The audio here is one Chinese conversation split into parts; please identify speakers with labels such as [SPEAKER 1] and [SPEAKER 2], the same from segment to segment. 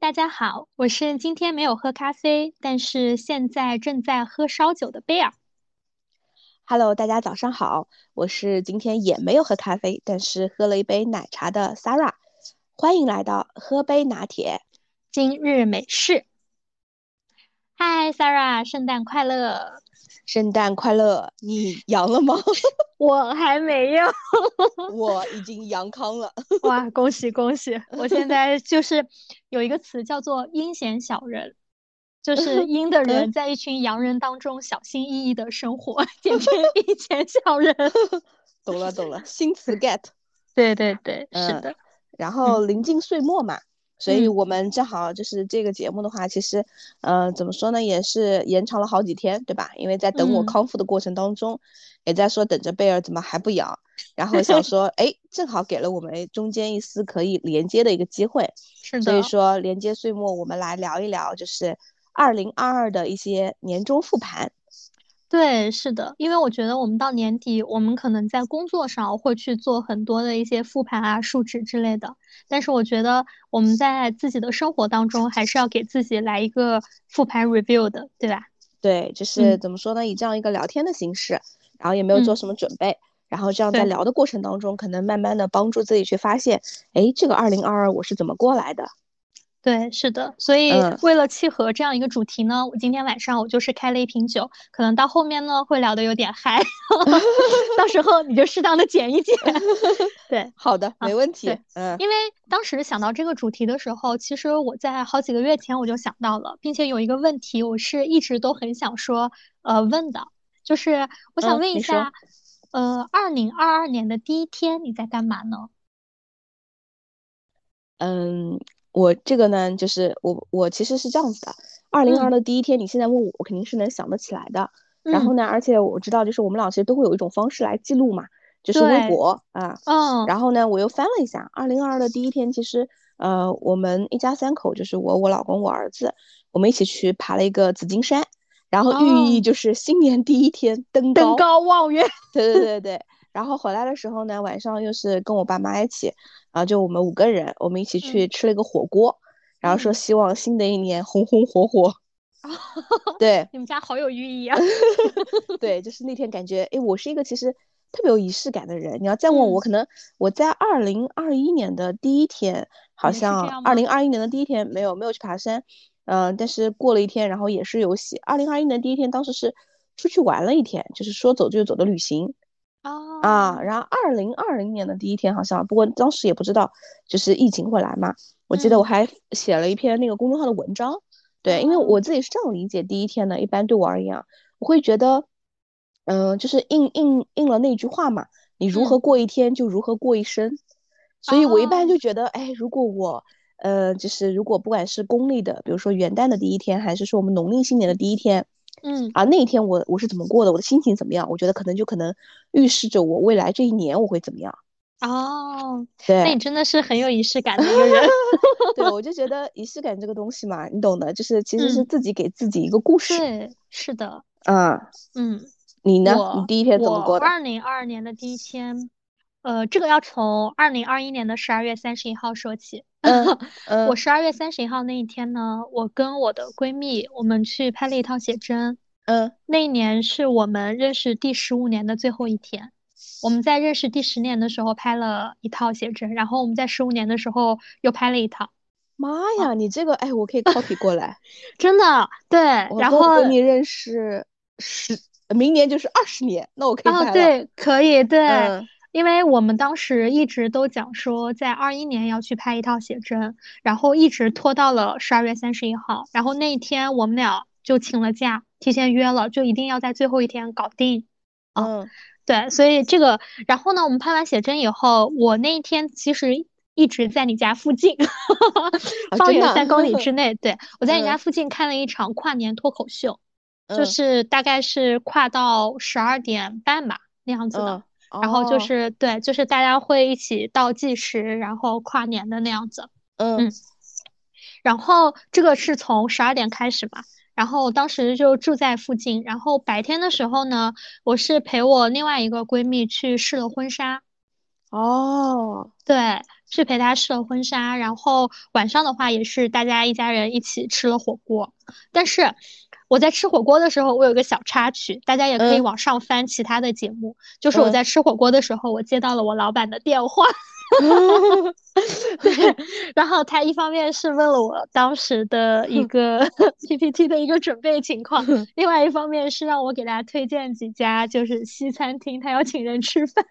[SPEAKER 1] 大家好，我是今天没有喝咖啡，但是现在正在喝烧酒的贝尔。
[SPEAKER 2] Hello，大家早上好，我是今天也没有喝咖啡，但是喝了一杯奶茶的 Sarah，欢迎来到喝杯拿铁。
[SPEAKER 1] 今日美事。嗨，Sarah，圣诞快乐！
[SPEAKER 2] 圣诞快乐！ 你阳了吗？
[SPEAKER 1] 我还没有。
[SPEAKER 2] 我已经阳康了。
[SPEAKER 1] 哇，恭喜恭喜！我现在就是有一个词叫做“阴险小人”，就是阴的人在一群洋人当中小心翼翼的生活， 简称“阴险小 人”
[SPEAKER 2] 懂了懂了，新词 get。
[SPEAKER 1] 对对对，
[SPEAKER 2] 嗯
[SPEAKER 1] 是的，
[SPEAKER 2] 然
[SPEAKER 1] 嗯
[SPEAKER 2] 后临近岁末嘛，所以我们正好就是这个节目的话，其实，呃，怎么说呢，也是延长了好几天，对吧？因为在等我
[SPEAKER 1] 嗯
[SPEAKER 2] 康复的过程当中，也在说等着贝尔怎么还不阳，然 后想说，哎，正好给了我们中间一丝可以连接的一个机会，
[SPEAKER 1] 是
[SPEAKER 2] 所以
[SPEAKER 1] 的。
[SPEAKER 2] 说连接岁末，我们来聊一聊就是二零二二的一些年终复盘。
[SPEAKER 1] 对，是的，因为我觉得我们到年底，我们可能在工作上会去做很多的一些复盘啊、述职之类的，但是我觉得我们在自己的生活当中，还是要给自己来一个复盘 review 的，对吧？
[SPEAKER 2] 对，就是
[SPEAKER 1] 嗯
[SPEAKER 2] 怎么说呢，以这样一个聊天的形式，然后也没有做
[SPEAKER 1] 嗯
[SPEAKER 2] 什么准备，然后这样在
[SPEAKER 1] 对
[SPEAKER 2] 聊的过程当中，可能慢慢的帮助自己去发现，哎，这个二零二二我是怎么过来的？
[SPEAKER 1] 对，是的，所以
[SPEAKER 2] 嗯
[SPEAKER 1] 为了契合这样一个主题呢，我今天晚上我就是开了一瓶酒，可能到后面呢会聊得有点嗨， 到时候你就适当的减一减。 对，
[SPEAKER 2] 好的，没问题
[SPEAKER 1] 啊对。
[SPEAKER 2] 嗯
[SPEAKER 1] 因为当时想到这个主题的时候，其实我在好几个月前我就想到了，并且有一个问题我是一直都很想说，呃，问的，就是我想
[SPEAKER 2] 嗯
[SPEAKER 1] 问一
[SPEAKER 2] 你说
[SPEAKER 1] 下，呃，二零二二年的第一天你在干嘛呢？
[SPEAKER 2] 嗯，我这个呢，就是我我其实是这样子的，二零二
[SPEAKER 1] 嗯
[SPEAKER 2] 的第一天，你现在问我，我肯定是能想得起来的。然后
[SPEAKER 1] 嗯，
[SPEAKER 2] 呢，而且我知道，就是我们俩其实都会有一种方式来记录嘛，就是微
[SPEAKER 1] 对，
[SPEAKER 2] 博啊。
[SPEAKER 1] 嗯
[SPEAKER 2] 然后呢，我又翻了一下，二零二二的第一天，其实呃，我们一家三口，就是我、我老公、我儿子，我们一起去爬了一个紫金山，然后寓意
[SPEAKER 1] 哦，
[SPEAKER 2] 就是新年第一天登
[SPEAKER 1] 登
[SPEAKER 2] 高。
[SPEAKER 1] 高望远，
[SPEAKER 2] 对对对对。然后回来的时候呢，晚上又是跟我爸妈一起，啊，就我们五个人，我们一起去
[SPEAKER 1] 嗯
[SPEAKER 2] 吃了一个火锅，然后说
[SPEAKER 1] 嗯，
[SPEAKER 2] 希望新的一年红红 火火。对。
[SPEAKER 1] 你们家好有寓意 啊，
[SPEAKER 2] 对，就是那天感觉，诶，我是一个其实特别有仪式感的人。你要再问我，
[SPEAKER 1] 嗯，
[SPEAKER 2] 可能我在二零二一年的第一天，好
[SPEAKER 1] 也哦是这
[SPEAKER 2] 像
[SPEAKER 1] 样吗？
[SPEAKER 2] 二零二一年的第一天没有没有去爬山，嗯、但是过了一天，然后也是有喜。二零二一年的第一天，当时是出去玩了一天，就是说走就走的旅行啊。
[SPEAKER 1] 哦，
[SPEAKER 2] 然后二零二零年的第一天，好像不过当时也不知道，就是疫情会来嘛。我记得我
[SPEAKER 1] 嗯，
[SPEAKER 2] 还写了一篇那个公众号的文章，对，因为我
[SPEAKER 1] 哦，
[SPEAKER 2] 自己是这样理解，第一天呢，一般对我而言啊，我会觉得，嗯、就是应应应了那句话嘛，你如何
[SPEAKER 1] 嗯，
[SPEAKER 2] 过一天就如何过一生，所以我一般
[SPEAKER 1] 哦，
[SPEAKER 2] 就觉得，哎，如果我，呃，就是如果不管是公历的，比如说元旦的第一天，还是说我们农历新年的第一天，
[SPEAKER 1] 嗯，
[SPEAKER 2] 啊，那一天我我是怎么过的，我的心情怎么样，我觉得可能就可能预示着我未来这一年我会怎么样，
[SPEAKER 1] 哦，那
[SPEAKER 2] 对。
[SPEAKER 1] 你真的是很有仪式感的一个 人，
[SPEAKER 2] 对，我就觉得仪式感这个东西嘛，你懂的，就是其实是
[SPEAKER 1] 嗯。
[SPEAKER 2] 自己给自己一个故事。
[SPEAKER 1] 对，是的，
[SPEAKER 2] 啊，
[SPEAKER 1] 嗯，
[SPEAKER 2] 你呢？你
[SPEAKER 1] 我
[SPEAKER 2] 第一天怎
[SPEAKER 1] 我
[SPEAKER 2] 么过的？
[SPEAKER 1] 二零二二年的第一天，呃，这个要从二零二一年的十二月三十一号说起。
[SPEAKER 2] 嗯
[SPEAKER 1] 我
[SPEAKER 2] 嗯
[SPEAKER 1] 十二月三十一号那一天呢，我跟我的闺蜜，我们去拍了一套写真。
[SPEAKER 2] 嗯，
[SPEAKER 1] 那一年是我们认识第十五年的最后一天。我们在认识第十年的时候拍了一套写真，然后我们在十五年的时候又拍了一套。
[SPEAKER 2] 妈
[SPEAKER 1] 啊，
[SPEAKER 2] 呀，你这个，哎，我可以 copy 过来。
[SPEAKER 1] 真的，对，
[SPEAKER 2] 我
[SPEAKER 1] 然
[SPEAKER 2] 跟我
[SPEAKER 1] 后。
[SPEAKER 2] 闺蜜认识十，明年就是二十年，那我可以
[SPEAKER 1] 啊，
[SPEAKER 2] 拍了。
[SPEAKER 1] 对，可以，对，
[SPEAKER 2] 嗯
[SPEAKER 1] 因为我们当时一直都讲说，在二一年要去拍一套写真，然后一直拖到了十二月三十一号，然后那一天我们俩就请了假，提前约了，就一定要在最后一天搞定。啊，
[SPEAKER 2] 嗯
[SPEAKER 1] 对，所以这个，然后呢，我们拍完写真以后，我那一天其实一直在你家附近，
[SPEAKER 2] 啊，
[SPEAKER 1] 方
[SPEAKER 2] 真的
[SPEAKER 1] 圆
[SPEAKER 2] 啊，
[SPEAKER 1] 三公里之内，对，我在你家
[SPEAKER 2] 嗯
[SPEAKER 1] 附近看了一场跨年脱口秀。就
[SPEAKER 2] 嗯
[SPEAKER 1] 是大概是跨到十二点半吧，那样子的。
[SPEAKER 2] 嗯，
[SPEAKER 1] 然后就
[SPEAKER 2] 哦，
[SPEAKER 1] 是对，就是大家会一起倒计时，然后跨年的那样子。
[SPEAKER 2] 嗯
[SPEAKER 1] 嗯，然后这个是从十二点开始嘛。然后我当时就住在附近，然后白天的时候呢，我是陪我另外一个闺蜜去试了婚纱。
[SPEAKER 2] 哦，
[SPEAKER 1] 对，去陪他试了婚纱，然后晚上的话也是大家一家人一起吃了火锅。但是我在吃火锅的时候，我有个小插曲，大家也可以
[SPEAKER 2] 嗯
[SPEAKER 1] 往上翻其他的节目，就是我
[SPEAKER 2] 嗯
[SPEAKER 1] 在吃火锅的时候，我接到了我老板的电 话。然后他一方面是问了我当时的一个 PPT 的一个准备情况，另外一方面是让我给他推荐几家就是西餐厅，他要请人吃饭。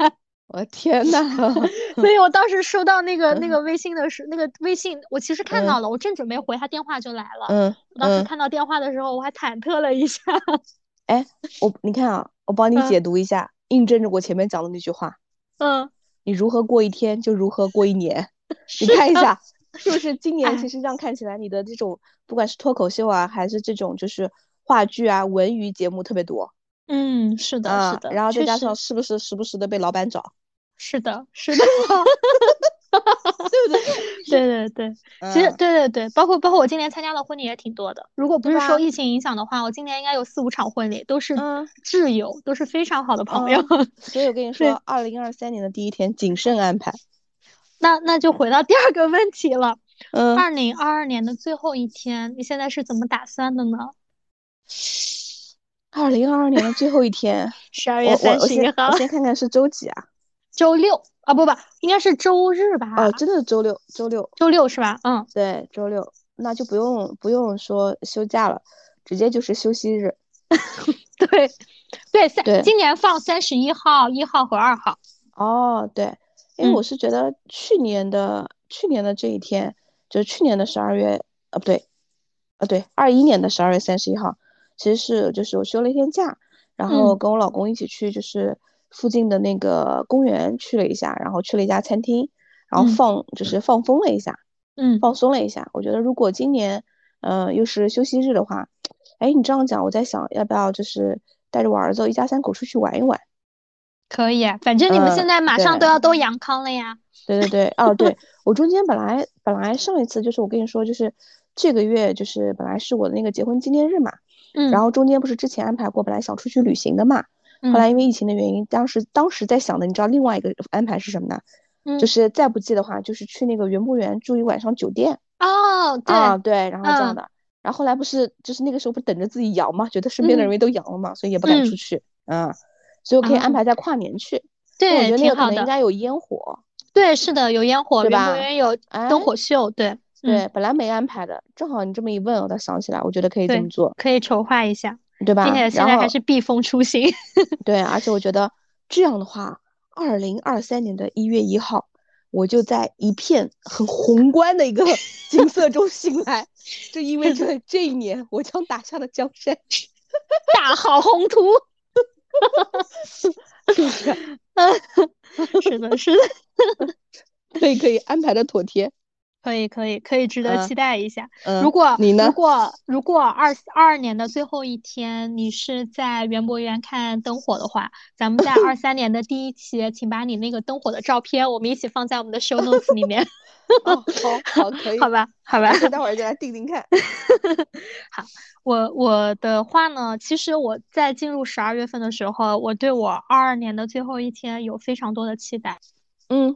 [SPEAKER 2] 我天呐，
[SPEAKER 1] 所以我当时收到那个那
[SPEAKER 2] 嗯
[SPEAKER 1] 个微信的时，那个微信我其实看
[SPEAKER 2] 嗯
[SPEAKER 1] 到了，我正准备回他电话就来了。
[SPEAKER 2] 嗯
[SPEAKER 1] 我当时
[SPEAKER 2] 嗯，
[SPEAKER 1] 看到电话的时候，我还忐忑了一下。
[SPEAKER 2] 我你看啊，我帮你
[SPEAKER 1] 嗯
[SPEAKER 2] 解读一下，印证着我前面讲的那句话：
[SPEAKER 1] 嗯，
[SPEAKER 2] 你如何过一天，就如何过一年。你看一 下，是不是今
[SPEAKER 1] 哎
[SPEAKER 2] 年其实这样看起来，你的这种不管是脱口秀啊，还是这种就是话剧啊、文娱节目特别多
[SPEAKER 1] 嗯，是的，
[SPEAKER 2] 啊
[SPEAKER 1] 是，的，
[SPEAKER 2] 然后再
[SPEAKER 1] 确
[SPEAKER 2] 加
[SPEAKER 1] 实
[SPEAKER 2] 上是不是时不时的被老板找，
[SPEAKER 1] 是的，是 的，
[SPEAKER 2] 对不对？
[SPEAKER 1] 对对对。其实
[SPEAKER 2] 嗯
[SPEAKER 1] 对对对，包括包括我今年参加的婚礼也挺多的。如果不
[SPEAKER 2] 对
[SPEAKER 1] 是
[SPEAKER 2] 吧
[SPEAKER 1] 受疫情影响的话，我今年应该有四五场婚礼，都是
[SPEAKER 2] 嗯哦
[SPEAKER 1] 挚友，都是非常好的朋友。
[SPEAKER 2] 所以我跟你
[SPEAKER 1] 对
[SPEAKER 2] 说，二零二三年的第一天谨慎安排。
[SPEAKER 1] 那那就回到第二个问题了，
[SPEAKER 2] 嗯，
[SPEAKER 1] 二零二二年的最后一天，你现在是怎么打算的呢？
[SPEAKER 2] 二零二二年的最后一天，
[SPEAKER 1] 十二
[SPEAKER 2] 我
[SPEAKER 1] 月
[SPEAKER 2] 我
[SPEAKER 1] 三
[SPEAKER 2] 我
[SPEAKER 1] 十一
[SPEAKER 2] 先
[SPEAKER 1] 号
[SPEAKER 2] 我，先看看是周几 啊？
[SPEAKER 1] 周六啊，不不，应该是周日吧？
[SPEAKER 2] 哦，真的是周六，周六，
[SPEAKER 1] 周六是吧？嗯，
[SPEAKER 2] 对，周六，那就不用不用说休假了，直接就是休息日。
[SPEAKER 1] 对，对，三
[SPEAKER 2] 对
[SPEAKER 1] 今年放三十一号、一号和二号。
[SPEAKER 2] 哦，对，因为
[SPEAKER 1] 嗯
[SPEAKER 2] 我是觉得去年的去年的这一天，就是去年的十二月，呃，不对，呃，对，二一年的十二月三十一号，其实是就是我休了一天假，然后
[SPEAKER 1] 嗯
[SPEAKER 2] 跟我老公一起去就是附近的那个公园去了一下，然后去了一家餐厅，然
[SPEAKER 1] 嗯
[SPEAKER 2] 后放就是放风了一下，
[SPEAKER 1] 嗯
[SPEAKER 2] 放松了一下。我觉得如果今年，呃，又是休息日的话，哎，你这样讲，我在想要不要就是带着我儿子一家三口出去玩一玩。
[SPEAKER 1] 可以，反正你们现
[SPEAKER 2] 呃
[SPEAKER 1] 在马上都
[SPEAKER 2] 对
[SPEAKER 1] 要都阳康了呀。
[SPEAKER 2] 对对对，哦，对，我中间本来本来上一次就是我跟你说，就是这个月就是本来是我的那个结婚纪念日嘛，
[SPEAKER 1] 嗯，
[SPEAKER 2] 然后中间不是之前安排过，本来想出去旅行的嘛，后来因为疫情的原因，当时当时在想的，你知道另外一个安排是什么呢？
[SPEAKER 1] 嗯
[SPEAKER 2] 就是再不济的话，就是去那个园博园住一晚上酒店
[SPEAKER 1] 嗯哦，对，
[SPEAKER 2] 啊，对，然后这样
[SPEAKER 1] 嗯
[SPEAKER 2] 的。然后后来不是就是那个时候不等着自己阳嘛，觉得身边的
[SPEAKER 1] 嗯
[SPEAKER 2] 人也都阳了嘛，所以也不敢出
[SPEAKER 1] 嗯
[SPEAKER 2] 去，嗯，所以我可以安
[SPEAKER 1] 啊
[SPEAKER 2] 排在跨年去，因为我
[SPEAKER 1] 对，
[SPEAKER 2] 觉得那
[SPEAKER 1] 挺
[SPEAKER 2] 个可
[SPEAKER 1] 好
[SPEAKER 2] 能应
[SPEAKER 1] 的。
[SPEAKER 2] 该有烟火，
[SPEAKER 1] 对，是的，有烟火，
[SPEAKER 2] 对
[SPEAKER 1] 园博
[SPEAKER 2] 吧
[SPEAKER 1] 园有
[SPEAKER 2] 哎。
[SPEAKER 1] 灯火秀，对，嗯，
[SPEAKER 2] 对，本来没安排的，正好你这么一问，我倒想起来，我觉得可以这
[SPEAKER 1] 对
[SPEAKER 2] 么做，
[SPEAKER 1] 可以筹划一下，
[SPEAKER 2] 对吧？
[SPEAKER 1] 并且现在
[SPEAKER 2] 然
[SPEAKER 1] 还
[SPEAKER 2] 后
[SPEAKER 1] 是避风出行。
[SPEAKER 2] 对，而且我觉得这样的话，二零二三年的一月一号，我就在一片很宏观的一 个景色中醒来，这意味着这一年我将打下的江 山，
[SPEAKER 1] 大好宏 图。
[SPEAKER 2] 是不是？
[SPEAKER 1] 是的，是的，
[SPEAKER 2] 可以可以安排的妥帖。
[SPEAKER 1] 可以，可以，可以，值得
[SPEAKER 2] 嗯
[SPEAKER 1] 期待一下。
[SPEAKER 2] 嗯，
[SPEAKER 1] 如果
[SPEAKER 2] 你呢
[SPEAKER 1] 如？果如果二二二年的最后一天你是在园博园看灯火的话，咱们在二三年的第一期，请把你那个灯火的照片，我们一起放在我们的 show notes 里 面，
[SPEAKER 2] 哦， 好好可以，
[SPEAKER 1] 好吧？好吧。
[SPEAKER 2] 我待会儿就来定定看。
[SPEAKER 1] 我我的话呢，其实我在进入十二月份的时候，我对我二二年的最后一天有非常多的期待。
[SPEAKER 2] 嗯，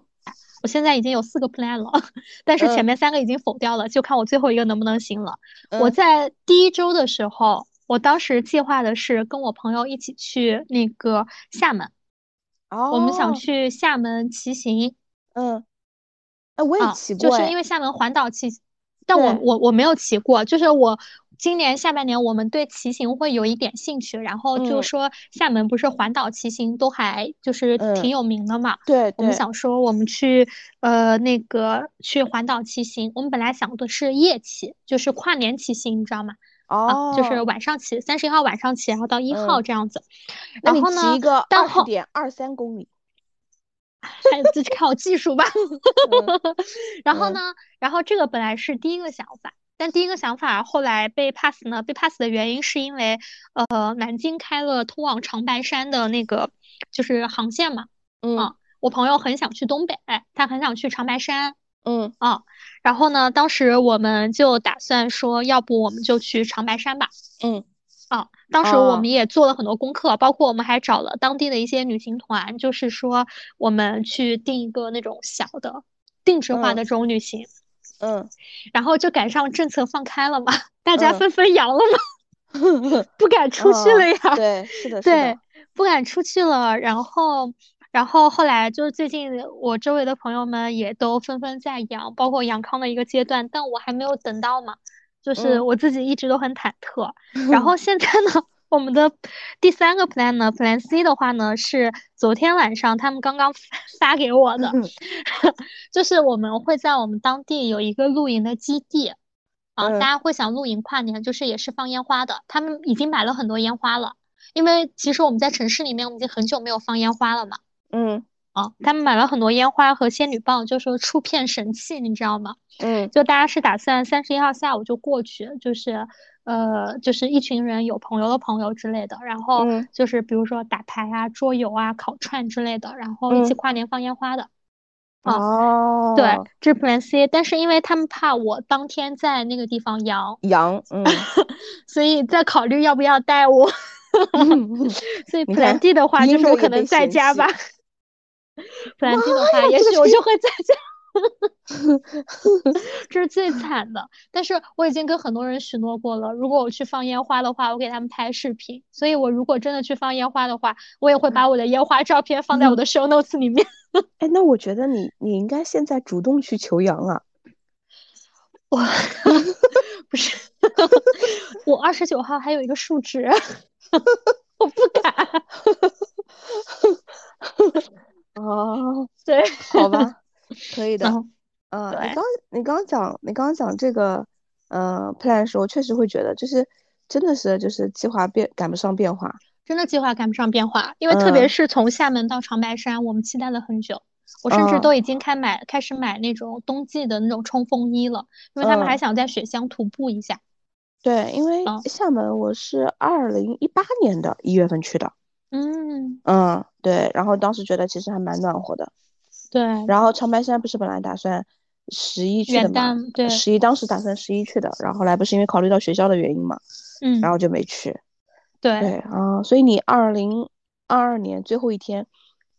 [SPEAKER 1] 我现在已经有四个 plan 了， 但是前
[SPEAKER 2] 嗯
[SPEAKER 1] 面三个已经否掉了，就看我最后一个能不能行了。我
[SPEAKER 2] 嗯
[SPEAKER 1] 在第一周的时候，我当时计划的是跟我朋友一起去那个厦门，我们想
[SPEAKER 2] 哦，
[SPEAKER 1] 去厦门骑行
[SPEAKER 2] 嗯，哎，我也
[SPEAKER 1] 啊，
[SPEAKER 2] 骑
[SPEAKER 1] 就
[SPEAKER 2] 过
[SPEAKER 1] 是
[SPEAKER 2] 哎
[SPEAKER 1] 因，为厦门环岛骑，但我
[SPEAKER 2] 对
[SPEAKER 1] 我我没有骑过，就是我。今年下半年我们对骑行会有一点兴趣，然后就
[SPEAKER 2] 嗯
[SPEAKER 1] 说厦门不是环岛骑行都还就是挺
[SPEAKER 2] 嗯
[SPEAKER 1] 有名的嘛，
[SPEAKER 2] 对
[SPEAKER 1] 我们
[SPEAKER 2] 对。
[SPEAKER 1] 想说我们去呃那个去环岛骑行，我们本来想的是夜骑，就是跨年骑行，你知道吗？啊，就是
[SPEAKER 2] 哦，
[SPEAKER 1] 晚上骑，三十一号晚上骑，然后到一
[SPEAKER 2] 嗯
[SPEAKER 1] 号这样子。
[SPEAKER 2] 那
[SPEAKER 1] 然
[SPEAKER 2] 你
[SPEAKER 1] 后
[SPEAKER 2] 骑
[SPEAKER 1] 呢
[SPEAKER 2] 一，个
[SPEAKER 1] 但
[SPEAKER 2] 二十
[SPEAKER 1] 后
[SPEAKER 2] 点二三公里，
[SPEAKER 1] 还有自己看我技术吧。
[SPEAKER 2] 嗯
[SPEAKER 1] 然后
[SPEAKER 2] 嗯
[SPEAKER 1] 呢，然后这个本来是第一个想法，但第一个想法后来被 pass 呢，被 pass 的原因是因为呃南京开了通往长白山的那个就是航线嘛。
[SPEAKER 2] 嗯
[SPEAKER 1] 啊我朋友很想去东北，他很想去长白山。
[SPEAKER 2] 嗯
[SPEAKER 1] 然后呢，当时我们就打算说，要不我们就去长白山吧。
[SPEAKER 2] 嗯
[SPEAKER 1] 啊，当时我
[SPEAKER 2] 哦
[SPEAKER 1] 们也做了很多功课，包括我们还找了当地的一些旅行团，就是说我们去订一个那种小的定制化的这种旅行，
[SPEAKER 2] 嗯，
[SPEAKER 1] 然后就赶上政策放开了嘛，大家
[SPEAKER 2] 嗯
[SPEAKER 1] 纷纷阳了嘛， 不敢出去了呀。
[SPEAKER 2] 嗯对，是的，是
[SPEAKER 1] 啊对
[SPEAKER 2] 的，，
[SPEAKER 1] 不敢出去了。然后，然后后来就是最近我周围的朋友们也都纷纷在阳，包括阳康的一个阶段，但我还没有等到嘛，就是
[SPEAKER 2] 嗯
[SPEAKER 1] 我自己一直都很忐 忑。然后现在呢，我们的第三个 plan 呢，plan C 的话呢，是昨天晚上他们刚 刚发给我的，
[SPEAKER 2] 嗯
[SPEAKER 1] 就是我们会在我们当地有一个露营的基地。啊，
[SPEAKER 2] 嗯
[SPEAKER 1] 大家会想露营跨年，就是也是放烟花的。他们已经买了很多烟花了，因为其实我们在城市里面，我们已经很久没有放烟花了嘛。
[SPEAKER 2] 嗯
[SPEAKER 1] 啊，他们买了很多烟花和仙女棒，就说出片神器，你知道吗？
[SPEAKER 2] 嗯
[SPEAKER 1] 就大家是打算三十一号下午就过去，就是呃，就是一群人有朋友的朋友之类的，然后
[SPEAKER 2] 嗯
[SPEAKER 1] 就是比如说打牌啊、桌游啊、烤串之类的，然后一起
[SPEAKER 2] 嗯
[SPEAKER 1] 跨年放烟花的。 啊
[SPEAKER 2] 哦，
[SPEAKER 1] 对，这是 Plan C，但是因为他们怕我当天在那个地方阳，
[SPEAKER 2] 羊， 嗯，
[SPEAKER 1] 所以在考虑要不要带我。嗯所以
[SPEAKER 2] 你
[SPEAKER 1] Plan
[SPEAKER 2] 看
[SPEAKER 1] D 的话，就
[SPEAKER 2] 阴
[SPEAKER 1] 是
[SPEAKER 2] 着
[SPEAKER 1] 我
[SPEAKER 2] 也
[SPEAKER 1] 可能
[SPEAKER 2] 被
[SPEAKER 1] 在
[SPEAKER 2] 嫌
[SPEAKER 1] 家
[SPEAKER 2] 弃
[SPEAKER 1] 吧。Plan D 的话，也
[SPEAKER 2] 这个
[SPEAKER 1] 许我
[SPEAKER 2] 是
[SPEAKER 1] 就会在家。 这是 最惨的，但是我已经跟很多人许诺过了，如果我去放烟花的话，我给他们拍视频。所以我如果真的去放烟花的话，我也会把我的烟花照片放在我的 show notes 里面。
[SPEAKER 2] 哎，那我觉得你你应该现在主动去求羊啊，
[SPEAKER 1] 我不是，我二十九号还有一个述 职，我不敢。
[SPEAKER 2] 哦，
[SPEAKER 1] 对，
[SPEAKER 2] 好吧，可以的，
[SPEAKER 1] 嗯
[SPEAKER 2] 嗯，
[SPEAKER 1] 对
[SPEAKER 2] 你刚你刚讲你刚讲这个呃 plan 的时候，我确实会觉得就是真的是就是计划变赶不上变化，
[SPEAKER 1] 真的计划赶不上变化，因为特别
[SPEAKER 2] 嗯
[SPEAKER 1] 是从厦门到长白山，我们期待了很久。我甚至
[SPEAKER 2] 嗯
[SPEAKER 1] 都已经开买开始买那种冬季的那种冲锋衣了，因为他们还
[SPEAKER 2] 嗯
[SPEAKER 1] 想在雪乡徒步一下。
[SPEAKER 2] 对，因为
[SPEAKER 1] 嗯
[SPEAKER 2] 厦门我是二零一八年的一月份去的，
[SPEAKER 1] 嗯，
[SPEAKER 2] 嗯，对，然后当时觉得其实还蛮暖和的，
[SPEAKER 1] 对，
[SPEAKER 2] 然后长白山不是本来打算十一
[SPEAKER 1] 嗯
[SPEAKER 2] 去
[SPEAKER 1] 元
[SPEAKER 2] 的嘛，
[SPEAKER 1] 旦对，
[SPEAKER 2] 十一当时打算十一去的，然后后来不是因为考虑到学校的原因嘛，
[SPEAKER 1] 嗯，
[SPEAKER 2] 然后就没去。
[SPEAKER 1] 对，
[SPEAKER 2] 对啊，所以你二零二二年最后一天，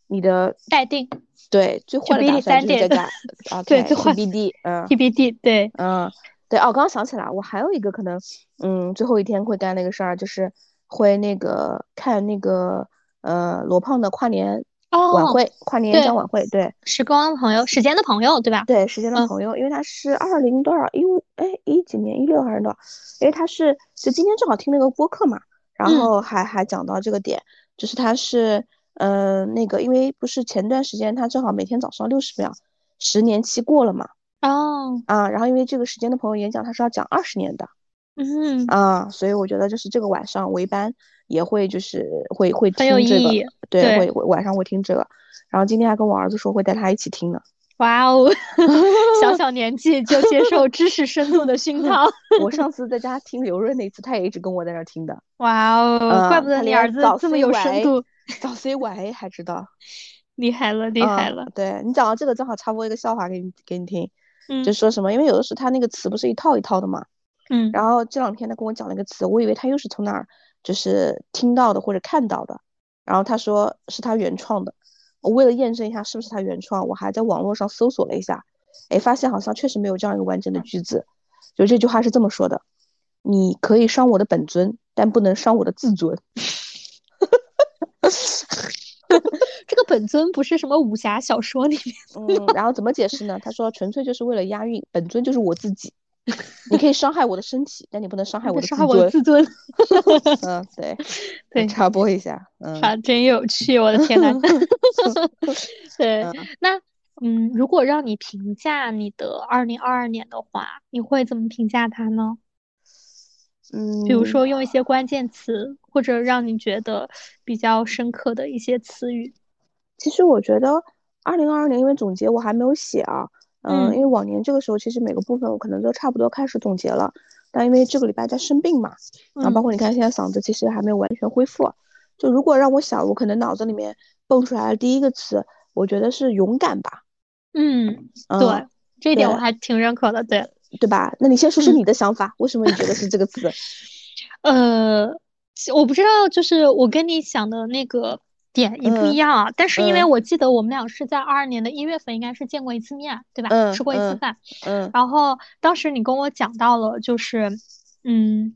[SPEAKER 2] 你的
[SPEAKER 1] 待定
[SPEAKER 2] 对最坏的
[SPEAKER 1] TBD
[SPEAKER 2] 打算就是在
[SPEAKER 1] 3点
[SPEAKER 2] 家啊 o
[SPEAKER 1] 对
[SPEAKER 2] k
[SPEAKER 1] 最坏
[SPEAKER 2] TBD，嗯
[SPEAKER 1] TBD，对，
[SPEAKER 2] 嗯，对哦，我刚刚想起来，我还有一个可能，嗯，最后一天会干那个事儿，就是会那个看那个呃罗胖的跨年晚
[SPEAKER 1] 哦，
[SPEAKER 2] 会，跨年演讲
[SPEAKER 1] 对
[SPEAKER 2] 晚会，对
[SPEAKER 1] 时光的朋友，时间的朋友，对吧？
[SPEAKER 2] 对，时间
[SPEAKER 1] 嗯
[SPEAKER 2] 的朋友，因为他是二零多少一五哎一几年一六还是多少，因为他是就今天正好听那个播客嘛，然
[SPEAKER 1] 嗯
[SPEAKER 2] 后还还讲到这个点，就是他是呃那个，因为不是前段时间他正好每天早上六十秒，十年期过了嘛
[SPEAKER 1] 哦，
[SPEAKER 2] 啊，然后因为这个时间的朋友演讲他是要讲二十年的
[SPEAKER 1] 嗯，
[SPEAKER 2] 啊，所以我觉得就是这个晚上我一般也会就是会会
[SPEAKER 1] 很
[SPEAKER 2] 听
[SPEAKER 1] 有
[SPEAKER 2] 这
[SPEAKER 1] 意
[SPEAKER 2] 个
[SPEAKER 1] 义，
[SPEAKER 2] 对，
[SPEAKER 1] 对
[SPEAKER 2] 会会晚上会听这个，然后今天还跟我儿子说会带他一起听呢。
[SPEAKER 1] 哇哦， 小小年纪就接受知识深度的熏 陶，
[SPEAKER 2] 我上次在家听刘润那次，他也一直跟我在那儿听的。
[SPEAKER 1] 哇哦，
[SPEAKER 2] 嗯
[SPEAKER 1] 怪不得
[SPEAKER 2] 他
[SPEAKER 1] 你
[SPEAKER 2] 连
[SPEAKER 1] 儿子
[SPEAKER 2] 早
[SPEAKER 1] 这么
[SPEAKER 2] C
[SPEAKER 1] 有
[SPEAKER 2] 晚
[SPEAKER 1] 深
[SPEAKER 2] A
[SPEAKER 1] 度，
[SPEAKER 2] 早 C 晚 A 还知道，
[SPEAKER 1] 厉害了，厉害了
[SPEAKER 2] 嗯，，对你讲到这个，正好插播一个笑话给你给你听，
[SPEAKER 1] 嗯
[SPEAKER 2] 就说什么，因为有的时候他那个词不是一套一套的嘛。
[SPEAKER 1] 嗯，
[SPEAKER 2] 然后这两天他跟我讲了一个词，我以为他又是从哪儿就是听到的或者看到的，然后他说是他原创的。我为了验证一下是不是他原创，我还在网络上搜索了一下，哎，发现好像确实没有这样一个完整的句子。就这句话是这么说的：你可以伤我的本尊，但不能伤我的自尊。
[SPEAKER 1] 这个本尊不是什么武侠小说里面，
[SPEAKER 2] 嗯，然后怎么解释呢？他说纯粹就是为了押韵，本尊就是我 自己。你可以伤害我的身体，但你不能伤害哎我的自
[SPEAKER 1] 伤害我的
[SPEAKER 2] 尊。
[SPEAKER 1] 自尊，
[SPEAKER 2] 嗯，对，
[SPEAKER 1] 对
[SPEAKER 2] 插播一下，嗯，
[SPEAKER 1] 啊，真有趣，我的 天呐！对，
[SPEAKER 2] 嗯
[SPEAKER 1] 那嗯，如果让你评价你的二零二二年的话，你会怎么评价它呢？
[SPEAKER 2] 嗯，
[SPEAKER 1] 比如说用一些关键词，或者让你觉得比较深刻的一些词语。
[SPEAKER 2] 其实我觉得二零二二年，因为总结我还没有写啊，
[SPEAKER 1] 嗯
[SPEAKER 2] 因为往年这个时候其实每个部分我可能都差不多开始总结了，但因为这个礼拜在生病嘛，然后包
[SPEAKER 1] 嗯
[SPEAKER 2] 括你看现在嗓子其实还没有完全恢复，就如果让我想，我可能脑子里面蹦出来的第一个词，我觉得是勇敢吧，
[SPEAKER 1] 嗯，
[SPEAKER 2] 嗯，
[SPEAKER 1] 对，这一点我
[SPEAKER 2] 对
[SPEAKER 1] 还挺认可的。对，
[SPEAKER 2] 对吧？那你先说说
[SPEAKER 1] 嗯
[SPEAKER 2] 你的想法，为什么你觉得是这个词？
[SPEAKER 1] 呃，我不知道，就是我跟你想的那个点也不一样啊。但是因为
[SPEAKER 2] 嗯
[SPEAKER 1] 我记得我们俩是在二二年的一月份，应该是见过一次面，对吧？
[SPEAKER 2] 嗯
[SPEAKER 1] 吃过一次
[SPEAKER 2] 嗯
[SPEAKER 1] 饭。
[SPEAKER 2] 嗯
[SPEAKER 1] 然后当时你跟我讲到了，就是嗯，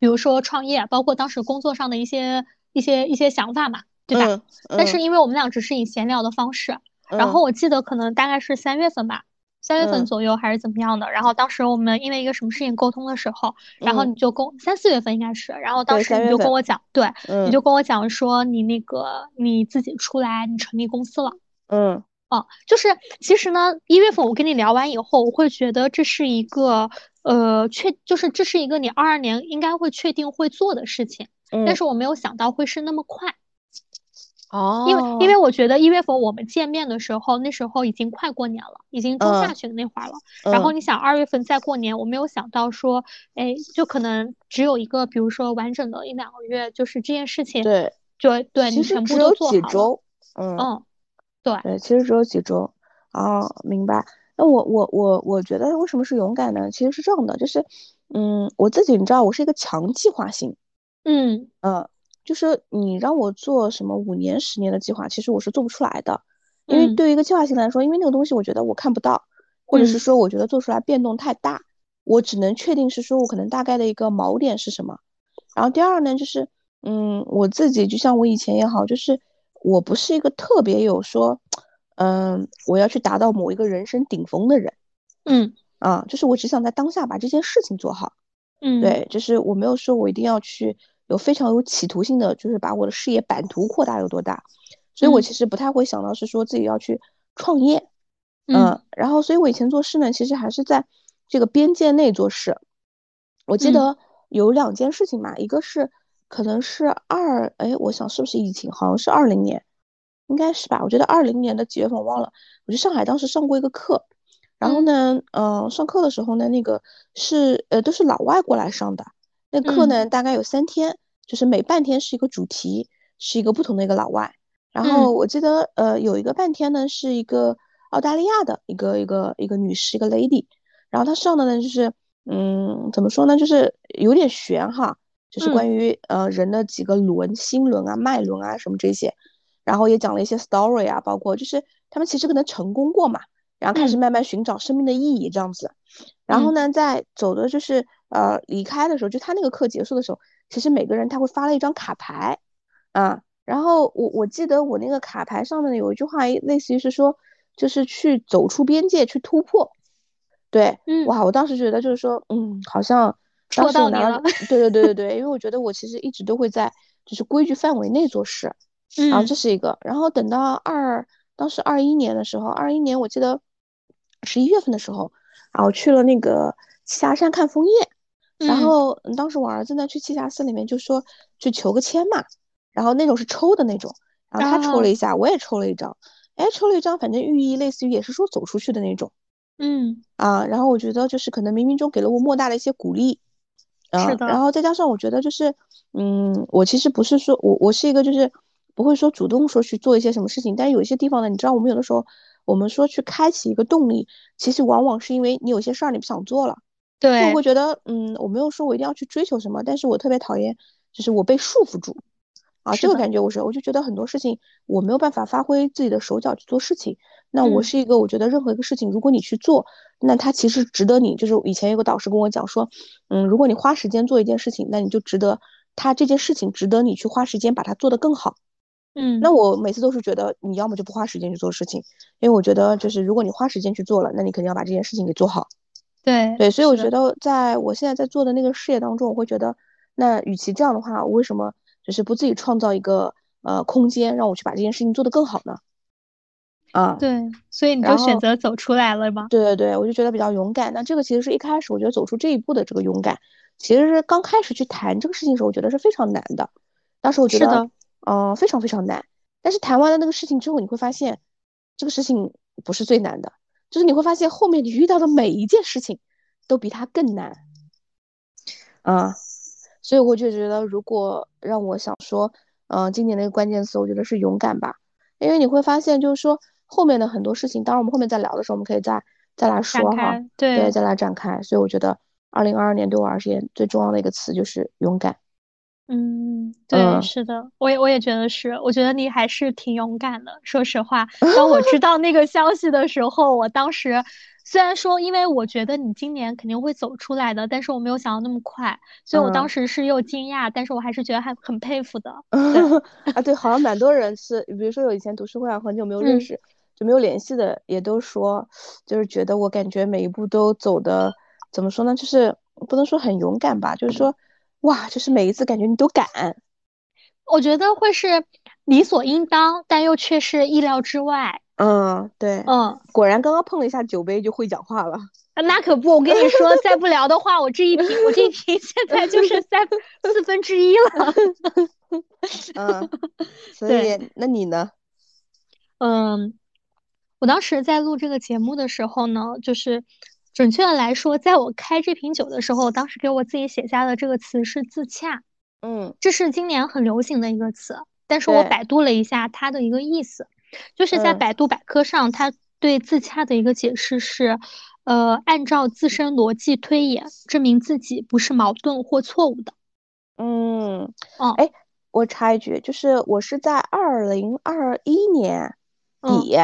[SPEAKER 1] 比如说创业，包括当时工作上的一些一些一些想法嘛，对吧？
[SPEAKER 2] 嗯
[SPEAKER 1] 但是
[SPEAKER 2] 嗯
[SPEAKER 1] 因为我们俩只是以闲聊的方式，然
[SPEAKER 2] 嗯
[SPEAKER 1] 后我记得可能大概是三月份吧，三月份
[SPEAKER 2] 嗯
[SPEAKER 1] 左右还是怎么样的。然后当时我们因为一个什么事情沟通的时候，然后
[SPEAKER 2] 嗯
[SPEAKER 1] 你就跟三四月份应该是，然后当
[SPEAKER 2] 对
[SPEAKER 1] 时
[SPEAKER 2] 三
[SPEAKER 1] 你
[SPEAKER 2] 月
[SPEAKER 1] 就跟
[SPEAKER 2] 份
[SPEAKER 1] 我讲，对，
[SPEAKER 2] 嗯
[SPEAKER 1] 你就跟我讲说你那个你自己出来，你成立公司了。
[SPEAKER 2] 嗯
[SPEAKER 1] 哦，就是其实呢，一月份我跟你聊完以后，我会觉得这是一个呃确，就是这是一个你二二年应该会确定会做的事情，
[SPEAKER 2] 嗯，
[SPEAKER 1] 但是我没有想到会是那么快。
[SPEAKER 2] 哦，
[SPEAKER 1] 因为因为我觉得一月份我们见面的时候，那时候已经快过年了，已经中下
[SPEAKER 2] 嗯
[SPEAKER 1] 旬那会儿了。然后
[SPEAKER 2] 嗯
[SPEAKER 1] 你想二月份再过年，我没有想到说，哎，就可能只有一个，比如说完整的一两个月，就是这件事情，
[SPEAKER 2] 对，
[SPEAKER 1] 就对
[SPEAKER 2] 其
[SPEAKER 1] 你
[SPEAKER 2] 实
[SPEAKER 1] 全
[SPEAKER 2] 只
[SPEAKER 1] 部都
[SPEAKER 2] 有
[SPEAKER 1] 做
[SPEAKER 2] 几
[SPEAKER 1] 好了。
[SPEAKER 2] 周，嗯
[SPEAKER 1] 嗯，对，
[SPEAKER 2] 对，其实只有几周。哦，明白。那我我我我觉得为什么是勇敢呢？其实是这样的，就是，嗯，我自己你知道，我是一个强计划型，
[SPEAKER 1] 嗯
[SPEAKER 2] 呃，就是你让我做什么五年、十年的计划，其实我是做不出来的，因为
[SPEAKER 1] 嗯
[SPEAKER 2] 对于一个计划型来说，因为那个东西我觉得我看不到，或者
[SPEAKER 1] 嗯
[SPEAKER 2] 是说我觉得做出来变动太大，我只能确定是说我可能大概的一个锚点是什么。然后第二呢，就是嗯，我自己就像我以前也好，就是我不是一个特别有说，嗯，我要去达到某一个人生顶峰的人
[SPEAKER 1] 嗯
[SPEAKER 2] 啊，就是我只想在当下把这件事情做好。
[SPEAKER 1] 嗯，
[SPEAKER 2] 对，就是我没有说我一定要去有非常有企图性的，就是把我的事业版图扩大有多大，所以我
[SPEAKER 1] 嗯
[SPEAKER 2] 其实不太会想到是说自己要去创业，
[SPEAKER 1] 嗯
[SPEAKER 2] 呃然后所以我以前做事呢，其实还是在这个边界内做事。我记
[SPEAKER 1] 嗯
[SPEAKER 2] 得有两件事情嘛，一个是可能是二，哎，我想是不是疫情，好像是二零年，应该是吧？我觉得二零年的几月份我忘了，我去上海当时上过一个课，然后
[SPEAKER 1] 嗯
[SPEAKER 2] 呢，嗯、上课的时候呢，那个是呃都是老外过来上的，那
[SPEAKER 1] 嗯
[SPEAKER 2] 课呢大概有三天，就是每半天是一个主题，是一个不同的一个老外。然后
[SPEAKER 1] 嗯
[SPEAKER 2] 我记得呃有一个半天呢是一个澳大利亚的一个一个一个女士一个 lady，然后她上的呢就是嗯怎么说呢就是有点悬哈，就是关于呃人的几个轮心轮啊脉轮啊什么这些，然后也讲了一些 story 啊，包括就是他们其实可能成功过嘛，然后开始
[SPEAKER 1] 嗯
[SPEAKER 2] 慢慢寻找生命的意义这样子。然后呢，在走的就是呃离开的时候，就他那个课结束的时候，其实每个人他会发了一张卡牌，啊，然后我我记得我那个卡牌上面呢有一句话，类似于是说，就是去走出边界，去突破。对，
[SPEAKER 1] 嗯
[SPEAKER 2] 哇，我当时觉得就是说，嗯，好像
[SPEAKER 1] 戳
[SPEAKER 2] 当时
[SPEAKER 1] 到
[SPEAKER 2] 我
[SPEAKER 1] 你
[SPEAKER 2] 拿
[SPEAKER 1] 了
[SPEAKER 2] 对对对对对，因为我觉得我其实一直都会在就是规矩范围内做事， 然后
[SPEAKER 1] 嗯
[SPEAKER 2] 这是一个，然后等到二，当时二一年的时候，二一年我记得十一月份的时候，然后去了那个栖霞山看枫叶，
[SPEAKER 1] 嗯
[SPEAKER 2] 然后嗯当时我儿子呢去栖霞寺里面就说去求个签嘛，然后那种是抽的那种，然后他抽
[SPEAKER 1] 哦
[SPEAKER 2] 了一下，我也抽了一张，哎，抽了一张，反正寓意类似于也是说走出去的那种
[SPEAKER 1] 嗯
[SPEAKER 2] 啊，然后我觉得就是可能冥冥中给了我莫大的一些鼓励。
[SPEAKER 1] 是
[SPEAKER 2] 啊，
[SPEAKER 1] 的
[SPEAKER 2] 然后再加上我觉得就是，嗯，我其实不是说我我是一个就是不会说主动说去做一些什么事情，但有一些地方呢，你知道我们有的时候我们说去开启一个动力，其实往往是因为你有些事儿你不想做了，就我
[SPEAKER 1] 对
[SPEAKER 2] 会觉得，嗯，我没有说我一定要去追求什么，但是我特别讨厌就是我被束缚住。啊，
[SPEAKER 1] 是
[SPEAKER 2] 这个
[SPEAKER 1] 的
[SPEAKER 2] 感觉我是，我就觉得很多事情我没有办法发挥自己的手脚去做事情。那我
[SPEAKER 1] 嗯
[SPEAKER 2] 是一个，我觉得任何一个事情，如果你去做，那它其实值得你。就是以前有个导师跟我讲说，嗯，如果你花时间做一件事情，那你就值得，它这件事情值得你去花时间把它做得更好。
[SPEAKER 1] 嗯
[SPEAKER 2] 那我每次都是觉得，你要么就不花时间去做事情，因为我觉得就是如果你花时间去做了，那你肯定要把这件事情给做好。
[SPEAKER 1] 对
[SPEAKER 2] 对，所以我
[SPEAKER 1] 是的
[SPEAKER 2] 觉得，在我现在在做的那个事业当中，我会觉得，那与其这样的话，我为什么就是不自己创造一个呃空间，让我去把这件事情做得更好呢？啊，
[SPEAKER 1] 对，所以你就
[SPEAKER 2] 然
[SPEAKER 1] 选
[SPEAKER 2] 后
[SPEAKER 1] 择走出来了吗？
[SPEAKER 2] 对对对，我就觉得比较勇敢。那这个其实是一开始我觉得走出这一步的这个勇敢，其实是刚开始去谈这个事情的时候，我觉得是非常难的。当时我觉
[SPEAKER 1] 是
[SPEAKER 2] 得
[SPEAKER 1] 的，
[SPEAKER 2] 呃，非常非常难。但是谈完了那个事情之后，你会发现，这个事情不是最难的，就是你会发现后面你遇到的每一件事情都比它更难。啊，所以我就觉得，如果让我想说，嗯、今年的一个关键词，我觉得是勇敢吧，因为你会发现，就是说后面的很多事情，当然我们后面再聊的时候，我们可以再再来
[SPEAKER 1] 展
[SPEAKER 2] 说哈，
[SPEAKER 1] 开，嗯
[SPEAKER 2] 对，
[SPEAKER 1] 对，
[SPEAKER 2] 再来展开。所以我觉得，二零二二年对我而言最重要的一个词就是勇敢。
[SPEAKER 1] 嗯，对，
[SPEAKER 2] 嗯
[SPEAKER 1] 是的，我也我也觉得是，我觉得你还是挺勇敢的。说实 话，当我知道那个消息的时候，我当时虽然说，因为我觉得你今年肯定会走出来的，但是我没有想到那么快，所以我当
[SPEAKER 2] 嗯
[SPEAKER 1] 时是又惊讶，但是我还是觉得还很佩服的。
[SPEAKER 2] 啊，对，好像蛮多人是，比如说有以前读书会啊，很久没有认
[SPEAKER 1] 嗯
[SPEAKER 2] 识，就没有联系的，也都说，就是觉得我感觉每一步都走的，怎么说呢，就是不能说很勇敢吧，就是说，哇，就是每一次感觉你都敢，
[SPEAKER 1] 我觉得会是理所应当，但又却是意料之外。
[SPEAKER 2] 嗯，对，
[SPEAKER 1] 嗯，
[SPEAKER 2] 果然刚刚碰了一下酒杯就会讲话了，
[SPEAKER 1] 那可不，我跟你说，再不聊的话，我这一瓶，我这一瓶 现在就是三四分之一了。
[SPEAKER 2] 嗯，所
[SPEAKER 1] 对
[SPEAKER 2] 以那你呢？
[SPEAKER 1] 嗯，我当时在录这个节目的时候呢，就是准确的来说，在我开这瓶酒的时候，当时给我自己写下的这个词是自洽，
[SPEAKER 2] 嗯
[SPEAKER 1] 这是今年很流行的一个词。但是我
[SPEAKER 2] 对
[SPEAKER 1] 百度了一下它的一个意思，就是在
[SPEAKER 2] 嗯
[SPEAKER 1] 百度百科上，它对自洽的一个解释是，呃，按照自身逻辑推演，证明自己不是矛盾或错误的。
[SPEAKER 2] 嗯，
[SPEAKER 1] 哦，
[SPEAKER 2] 哎，我插一句，就是我是在二零二一年
[SPEAKER 1] 嗯，
[SPEAKER 2] 底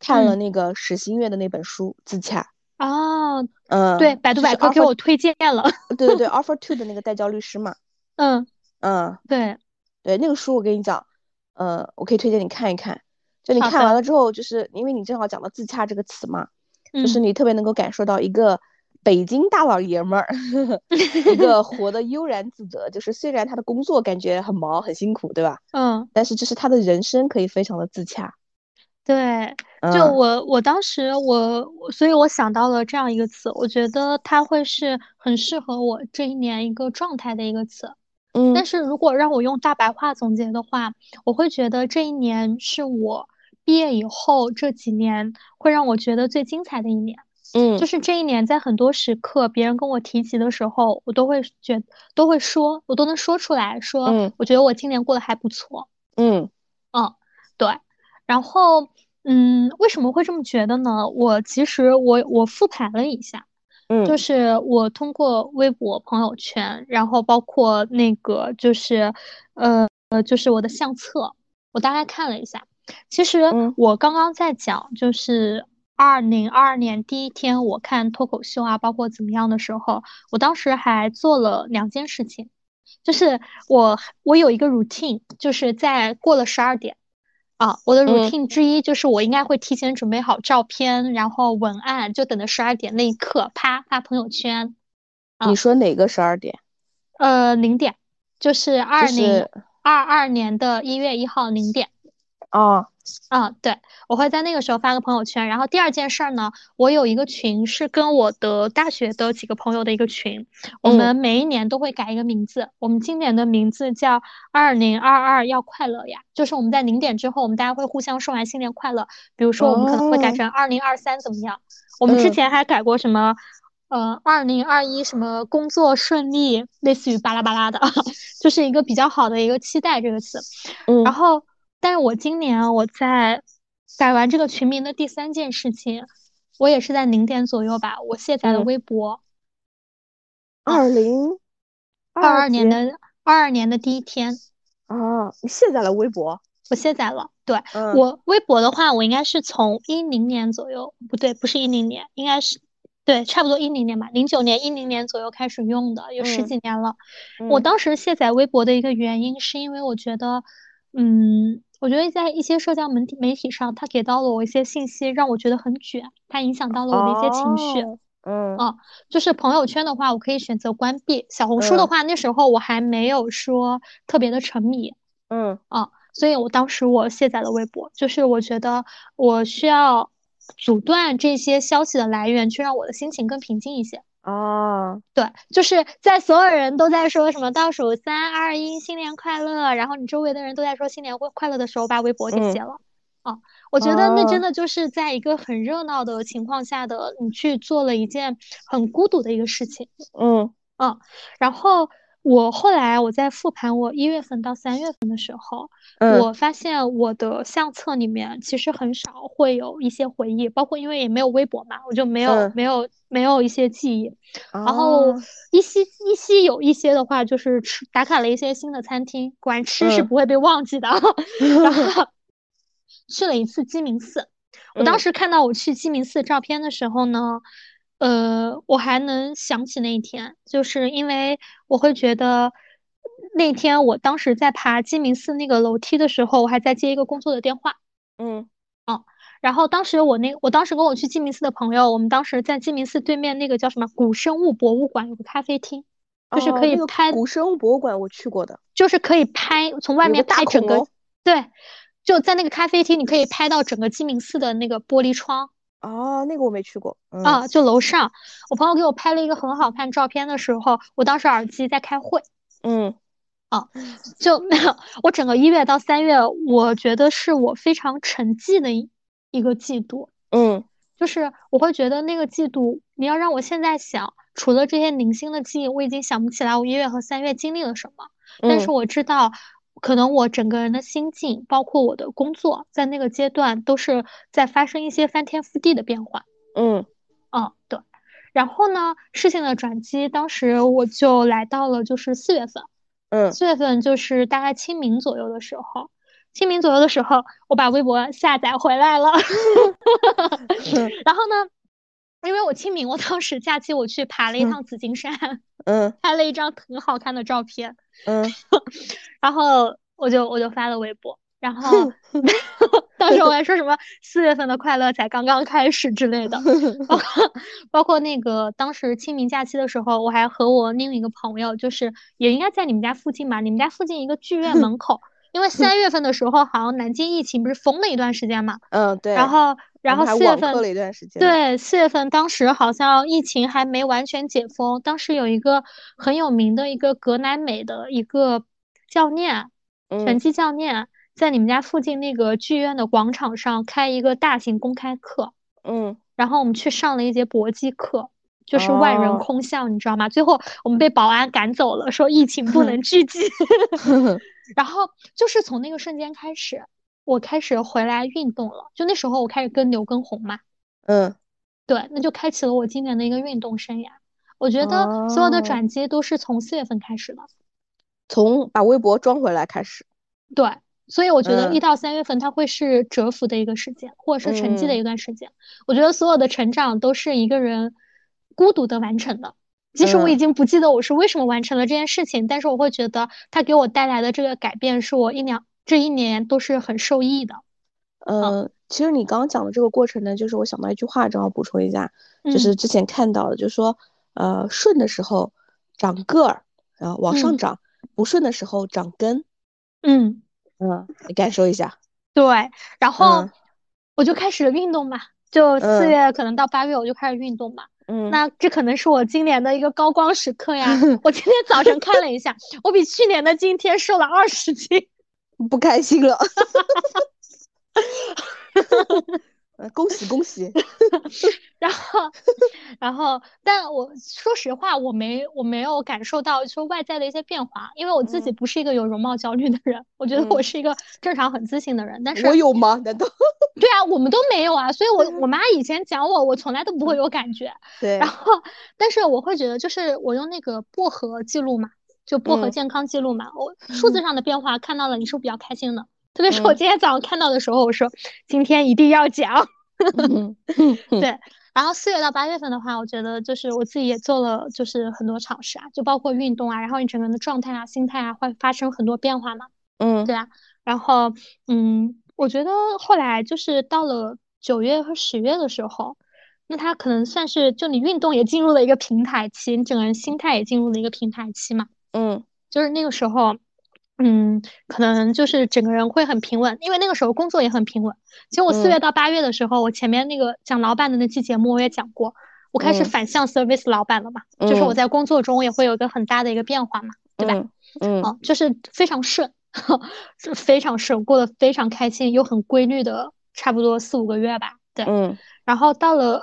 [SPEAKER 2] 看了
[SPEAKER 1] 嗯
[SPEAKER 2] 那个史新月的那本书《自洽》，
[SPEAKER 1] 啊，
[SPEAKER 2] 嗯，
[SPEAKER 1] 对，百度
[SPEAKER 2] 就是
[SPEAKER 1] 百科给
[SPEAKER 2] offer
[SPEAKER 1] 我推荐了，
[SPEAKER 2] 对对对，offer two 的那个代教律师嘛，
[SPEAKER 1] 嗯，
[SPEAKER 2] 嗯，
[SPEAKER 1] 对，
[SPEAKER 2] 对，那个书我跟你讲，呃，我可以推荐你看一看。就你
[SPEAKER 1] 好
[SPEAKER 2] 看完
[SPEAKER 1] 的，
[SPEAKER 2] 了之后，就是因为你正好讲到自洽这个词嘛，就是
[SPEAKER 1] 嗯。
[SPEAKER 2] 你特别能够感受到一个北京大老 爷们儿，一个活得悠然自得。就是虽然他的工作感觉很忙很辛苦，对吧？
[SPEAKER 1] 嗯，
[SPEAKER 2] 但是就是他的人生可以非常的自洽。
[SPEAKER 1] 对，就
[SPEAKER 2] 嗯
[SPEAKER 1] 我我当时我，我所以我想到了这样一个词，我觉得它会是很适合我这一年一个状态的一个词。但
[SPEAKER 2] 嗯
[SPEAKER 1] 是如果让我用大白话总结的话，我会觉得这一年是我毕业以后这几年会让我觉得最精彩的一年。就
[SPEAKER 2] 嗯
[SPEAKER 1] 是这一年，在很多时刻，别人跟我提及的时候，我都会觉都会说，我都能说出来，说
[SPEAKER 2] 嗯
[SPEAKER 1] 我觉得我今年过得还不错。
[SPEAKER 2] 嗯
[SPEAKER 1] 嗯，对。然后，嗯，为什么会这么觉得呢？我其实我我复盘了一下，就
[SPEAKER 2] 嗯
[SPEAKER 1] 是我通过微博、朋友圈，然后包括那个就是，呃呃，就是我的相册，我大概看了一下。其实
[SPEAKER 2] 嗯
[SPEAKER 1] 我刚刚在讲，就是二零二二年第一天我看脱口秀啊，包括怎么样的时候，我当时还做了两件事情，就是我我有一个 routine，就是在过了十二点。啊，我的
[SPEAKER 2] 嗯
[SPEAKER 1] routine 之一就是我应该会提前准备好照片，然后文案，就等着十二点那一刻，啪发朋友圈。
[SPEAKER 2] 你
[SPEAKER 1] 啊，
[SPEAKER 2] 说哪个十二点？
[SPEAKER 1] 呃，零点，就是
[SPEAKER 2] 就
[SPEAKER 1] 二零
[SPEAKER 2] 是
[SPEAKER 1] 二二年的一月一号零点。
[SPEAKER 2] 啊，
[SPEAKER 1] 啊，对，我会在那个时候发个朋友圈。然后第二件事儿呢，我有一个群是跟我的大学的几个朋友的一个群，我
[SPEAKER 2] 嗯
[SPEAKER 1] 们每一年都会改一个名字。我们今年的名字叫“二零二二要快乐呀”，就是我们在零点之后，我们大家会互相说完新年快乐。比如说，我们可能会改
[SPEAKER 2] 哦
[SPEAKER 1] 成“二零二三怎么样”，我们之
[SPEAKER 2] 嗯
[SPEAKER 1] 前还改过什么，呃，“二零二一什么工作顺利”，类似于巴拉巴拉的， 就是一个比较好的一个期待这个词。然
[SPEAKER 2] 嗯
[SPEAKER 1] 后，但是我今年啊我在改完这个群名的第三件事情，我也是在零点左右吧，我卸载了
[SPEAKER 2] 嗯，
[SPEAKER 1] 微博啊，
[SPEAKER 2] 二零
[SPEAKER 1] 二
[SPEAKER 2] 二
[SPEAKER 1] 二年
[SPEAKER 2] 节
[SPEAKER 1] 的二二年的第一天，
[SPEAKER 2] 啊，你卸载了微博，
[SPEAKER 1] 我卸载了。对，
[SPEAKER 2] 嗯
[SPEAKER 1] 我微博的话，我应该是从一零年左右，不对，不是一零年，应该是对，差不多一零年吧，零九年、一零年左右开始用的，有十
[SPEAKER 2] 嗯
[SPEAKER 1] 几年了。我
[SPEAKER 2] 嗯
[SPEAKER 1] 当时卸载微博的一个原因，是因为我觉得，嗯，我觉得在一些社交媒体媒体上，它给到了我一些信息，让我觉得很卷，它影响到了我的一些情绪。
[SPEAKER 2] 哦嗯
[SPEAKER 1] 啊，就是朋友圈的话，我可以选择关闭；小红书的
[SPEAKER 2] 嗯
[SPEAKER 1] 话，那时候我还没有说特别的沉迷。
[SPEAKER 2] 嗯
[SPEAKER 1] 啊，所以我当时我卸载了微博，就是我觉得我需要阻断这些消息的来源，去让我的心情更平静一些。
[SPEAKER 2] 哦
[SPEAKER 1] 对，就是在所有人都在说什么倒数三二一新年快乐，然后你周围的人都在说新年快快乐的时候，把微博给
[SPEAKER 2] 嗯
[SPEAKER 1] 卸了。啊，我觉得那真
[SPEAKER 2] 哦
[SPEAKER 1] 的就是在一个很热闹的情况下的，你去做了一件很孤独的一个事情。
[SPEAKER 2] 嗯
[SPEAKER 1] 嗯，然后我后来我在复盘我一月份到三月份的时候，
[SPEAKER 2] 嗯
[SPEAKER 1] 我发现我的相册里面其实很少会有一些回忆，包括因为也没有微博嘛，我就没有、
[SPEAKER 2] 嗯
[SPEAKER 1] 没有没有一些记忆。
[SPEAKER 2] 然
[SPEAKER 1] 然后
[SPEAKER 2] 哦
[SPEAKER 1] 依稀依稀有一些的话，就是吃打卡了一些新的餐厅，果然吃是
[SPEAKER 2] 嗯
[SPEAKER 1] 不会被忘 记的。然后去了一次鸡鸣寺，我当
[SPEAKER 2] 嗯
[SPEAKER 1] 时看到我去鸡鸣寺照片的时候呢，呃，我还能想起那一天，就是因为我会觉得。那天我当时在爬鸡鸣寺那个楼梯的时候，我还在接一个工作的电话，
[SPEAKER 2] 嗯
[SPEAKER 1] 然后当时我那我当时跟我去鸡鸣寺的朋友，我们当时在鸡鸣寺对面那个叫什么古生物博物馆有个咖啡厅，就是
[SPEAKER 2] 哦
[SPEAKER 1] 可以
[SPEAKER 2] 那个
[SPEAKER 1] 拍
[SPEAKER 2] 古生物博物馆我去过的，
[SPEAKER 1] 就是可以拍从外
[SPEAKER 2] 有个
[SPEAKER 1] 面
[SPEAKER 2] 大哦
[SPEAKER 1] 拍整
[SPEAKER 2] 恐
[SPEAKER 1] 个
[SPEAKER 2] 龙
[SPEAKER 1] 对，就在那个咖啡厅，你可以拍到整个鸡鸣寺的那个玻璃窗
[SPEAKER 2] 哦，那个我没去过，嗯
[SPEAKER 1] 啊，就楼上。我朋友给我拍了一个很好看照片的时候，我当时耳机在开会，
[SPEAKER 2] 嗯
[SPEAKER 1] 就 我整个一月到三月，我觉得是我非常沉寂的一一个季度。
[SPEAKER 2] 嗯
[SPEAKER 1] 就是我会觉得那个季度，你要让我现在想，除了这些零星的记忆，我已经想不起来我一月和三月经历了什么。但是
[SPEAKER 2] 嗯
[SPEAKER 1] 我知道，可能我整个人的心境，包括我的工作，在那个阶段都是在发生一些翻天覆地的变化。
[SPEAKER 2] 嗯
[SPEAKER 1] 嗯，对。然后呢，事情的转机，当时我就来到了就是四月份，
[SPEAKER 2] 嗯
[SPEAKER 1] 四月份就是大概清明左右的时候。清明左右的时候，我把微博下载回来了。 然后呢，因为我清明，我当时假期我去爬了一
[SPEAKER 2] 嗯
[SPEAKER 1] 趟紫金山，
[SPEAKER 2] 嗯
[SPEAKER 1] 拍了一张很好看的照片，
[SPEAKER 2] 嗯，
[SPEAKER 1] 然后我就我就发了微博，然后当时我还说什 么四月份的快乐才刚刚开始之类的，包括包括那个当时清明假期的时候，我还和我另一个朋友，就是也应该在你们家附近吧，你们家附近一个剧院门口。因为三月份的时候，好像南京疫情不是封了一段时间嘛，
[SPEAKER 2] 嗯对，
[SPEAKER 1] 然后然
[SPEAKER 2] 我们
[SPEAKER 1] 后
[SPEAKER 2] 还
[SPEAKER 1] 四月
[SPEAKER 2] 网
[SPEAKER 1] 份
[SPEAKER 2] 课了一段时间，，
[SPEAKER 1] 对，四月份当时好像疫情还没完全解封，当时有一个很有名的一个格莱美的一个教练，拳
[SPEAKER 2] 嗯
[SPEAKER 1] 击教练，啊在你们家附近那个剧院的广场上开一个大型公开课，
[SPEAKER 2] 嗯
[SPEAKER 1] 然后我们去上了一节搏击课，就是万人
[SPEAKER 2] 哦
[SPEAKER 1] 空巷，你知道吗？最后我们被保安赶走了，说疫情不能聚集。
[SPEAKER 2] 嗯
[SPEAKER 1] 然后就是从那个瞬间开始，我开始回来运动了，就那时候我开始跟刘畊宏嘛。
[SPEAKER 2] 嗯
[SPEAKER 1] 对，那就开启了我今年的一个运动生涯。我觉得所有的
[SPEAKER 2] 哦
[SPEAKER 1] 转机都是从四月份开始的，
[SPEAKER 2] 从把微博装回来开始，
[SPEAKER 1] 对，所以我觉得一
[SPEAKER 2] 嗯
[SPEAKER 1] 到三月份它会是蛰伏的一个时间，或者是沉寂的
[SPEAKER 2] 嗯
[SPEAKER 1] 一段时间。我觉得所有的成长都是一个人孤独的完成的。即使我已
[SPEAKER 2] 嗯
[SPEAKER 1] 经不记得我是为什么完成了这件事情，但是我会觉得它给我带来的这个改变，是我一年这一年都是很受益的。
[SPEAKER 2] 呃，其实你刚刚讲的这个过程呢，就是我想到一句话，正好补充一下，就是
[SPEAKER 1] 嗯
[SPEAKER 2] 之前看到的，就是说，呃，顺的时候长个儿，啊、往
[SPEAKER 1] 嗯
[SPEAKER 2] 上长；不顺的时候长根，
[SPEAKER 1] 嗯嗯，
[SPEAKER 2] 嗯，你感受一下，
[SPEAKER 1] 对，然后
[SPEAKER 2] 嗯
[SPEAKER 1] 我就开始运动嘛，就四
[SPEAKER 2] 嗯
[SPEAKER 1] 月可能到八月我就开始运动嘛。
[SPEAKER 2] 嗯
[SPEAKER 1] 那这可能是我今年的一个高光时刻呀！我今天早晨看了一下，我比去年的今天瘦了二十斤。
[SPEAKER 2] 不开 心了，呃恭喜恭喜，
[SPEAKER 1] 然后，然后，但我说实话，我没我没有感受到说外在的一些变化，因为我自己
[SPEAKER 2] 嗯
[SPEAKER 1] 不是一个有容貌焦虑的人，我觉得我
[SPEAKER 2] 嗯
[SPEAKER 1] 是一个正常很自信的人。但是，
[SPEAKER 2] 我有嗯吗？难道？
[SPEAKER 1] 对啊，我们都没有啊，所以我我妈以前讲我，我从来都不会有感觉。
[SPEAKER 2] 对
[SPEAKER 1] 然，后，但是我会觉得，就是我用那个薄荷记录嘛，就薄荷
[SPEAKER 2] 嗯
[SPEAKER 1] 健康记录嘛，我数字上的变化看到了，你是不是比较开心的？特别是我
[SPEAKER 2] 嗯
[SPEAKER 1] 今天早上看到的时候，我说今天一定要讲。
[SPEAKER 2] 嗯
[SPEAKER 1] 然后四月到八月份的话，我觉得就是我自己也做了，就是很多尝试啊，就包括运动啊，然后你整个人的状态啊、心态啊，会发生很多变化嘛。
[SPEAKER 2] 嗯
[SPEAKER 1] 对啊，然后嗯，我觉得后来就是到了九月和十月的时候，那它可能算是就你运动也进入了一个平台期，你整个人心态也进入了一个平台期嘛，
[SPEAKER 2] 嗯
[SPEAKER 1] 就是那个时候。嗯，可能就是整个人会很平稳，因为那个时候工作也很平稳。其实我四
[SPEAKER 2] 嗯
[SPEAKER 1] 月到八月的时候，我前面那个讲老板的那期节目我也讲过，我开始
[SPEAKER 2] 嗯
[SPEAKER 1] 反向 service 老板了嘛，就是我
[SPEAKER 2] 嗯
[SPEAKER 1] 在工作中也会有一个很大的一个变化嘛，对吧？
[SPEAKER 2] 嗯嗯
[SPEAKER 1] 哦，就是非常顺， 是非常顺，过得非常开心，又很规律的，差不多四五个月吧。对，
[SPEAKER 2] 嗯
[SPEAKER 1] 然后到了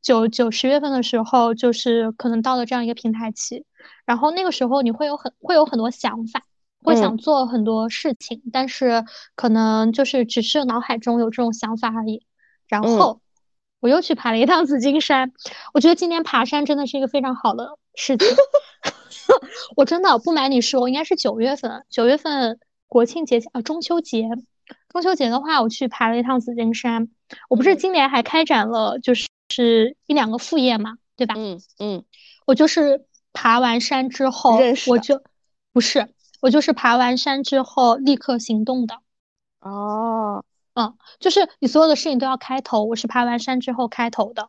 [SPEAKER 1] 九九十月份的时候，就是可能到了这样一个平台期，然后那个时候你会有很会有很多想法，会想做很多事情，但是可能就是只是脑海中有这种想法而已。然
[SPEAKER 2] 嗯
[SPEAKER 1] 后我又去爬了一趟紫金山，我觉得今年爬山真的是一个非常好的事情。 我真的不瞒你说，我应该是九月份，九月份国庆节啊，中秋节，中秋节的话，我去爬了一趟紫金山。我不是
[SPEAKER 2] 嗯
[SPEAKER 1] 今年还开展了就是一两个副业嘛，对吧？
[SPEAKER 2] 嗯嗯
[SPEAKER 1] 我就是爬完山之后
[SPEAKER 2] 认，识
[SPEAKER 1] 我
[SPEAKER 2] 的
[SPEAKER 1] 就不是，我就是爬完山之后立刻行动的。
[SPEAKER 2] 哦
[SPEAKER 1] 就是你所有的事情都要开头，我是爬完山之后开头的，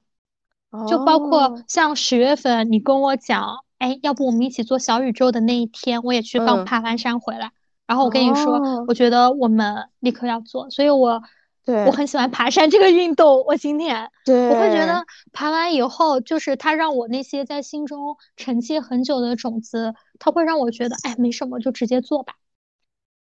[SPEAKER 1] 就包括
[SPEAKER 2] 哦
[SPEAKER 1] 像十月份你跟我讲，哎，要不我们一起做小宇宙的那一天，我也去刚
[SPEAKER 2] 嗯
[SPEAKER 1] 爬完山回来，然后我跟你说，
[SPEAKER 2] 哦
[SPEAKER 1] 我觉得我们立刻要做，所以我
[SPEAKER 2] 对
[SPEAKER 1] 我很喜欢爬山这个运动，我今天。
[SPEAKER 2] 对，
[SPEAKER 1] 我会觉得爬完以后，就是它让我那些在心中沉积很久的种子，它会让我觉得，哎，没什么，就直接做吧，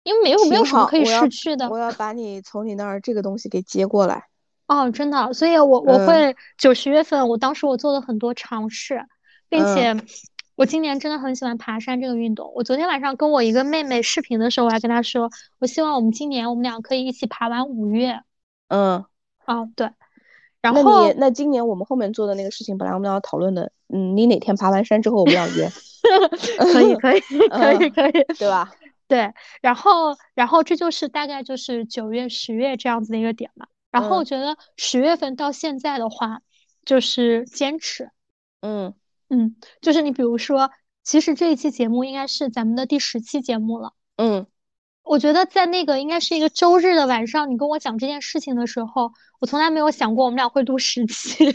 [SPEAKER 1] 因为没有没有
[SPEAKER 2] 挺
[SPEAKER 1] 什么
[SPEAKER 2] 好
[SPEAKER 1] 可以
[SPEAKER 2] 我要
[SPEAKER 1] 失去的
[SPEAKER 2] 我要把你从你那儿这个东西给接过来。
[SPEAKER 1] 哦，真的，所以我我
[SPEAKER 2] 嗯
[SPEAKER 1] 会九十月份，我当时我做了很多尝试，并且
[SPEAKER 2] 嗯
[SPEAKER 1] 我今年真的很喜欢爬山这个运动。我昨天晚上跟我一个妹妹视频的时候，我还跟她说，我希望我们今年我们俩可以一起爬完五月
[SPEAKER 2] 嗯，
[SPEAKER 1] 啊，对，然
[SPEAKER 2] 那
[SPEAKER 1] 后
[SPEAKER 2] 你那今年我们后面做的那个事情，本来我们要讨论的，嗯，你哪天爬完山之后我们要约，
[SPEAKER 1] 可以 可以可以
[SPEAKER 2] 嗯
[SPEAKER 1] 可以，
[SPEAKER 2] 对吧？
[SPEAKER 1] 对，然后，然后这就是大概就是九月、十月这样子的一个点嘛。然后我
[SPEAKER 2] 嗯
[SPEAKER 1] 觉得十月份到现在的话，就是坚持，
[SPEAKER 2] 嗯
[SPEAKER 1] 嗯，就是你比如说，其实这一期节目应该是咱们的第十期节目了。
[SPEAKER 2] 嗯
[SPEAKER 1] 我觉得在那个应该是一个周日的晚上，你跟我讲这件事情的时候，我从来没有想过我们俩会录十期。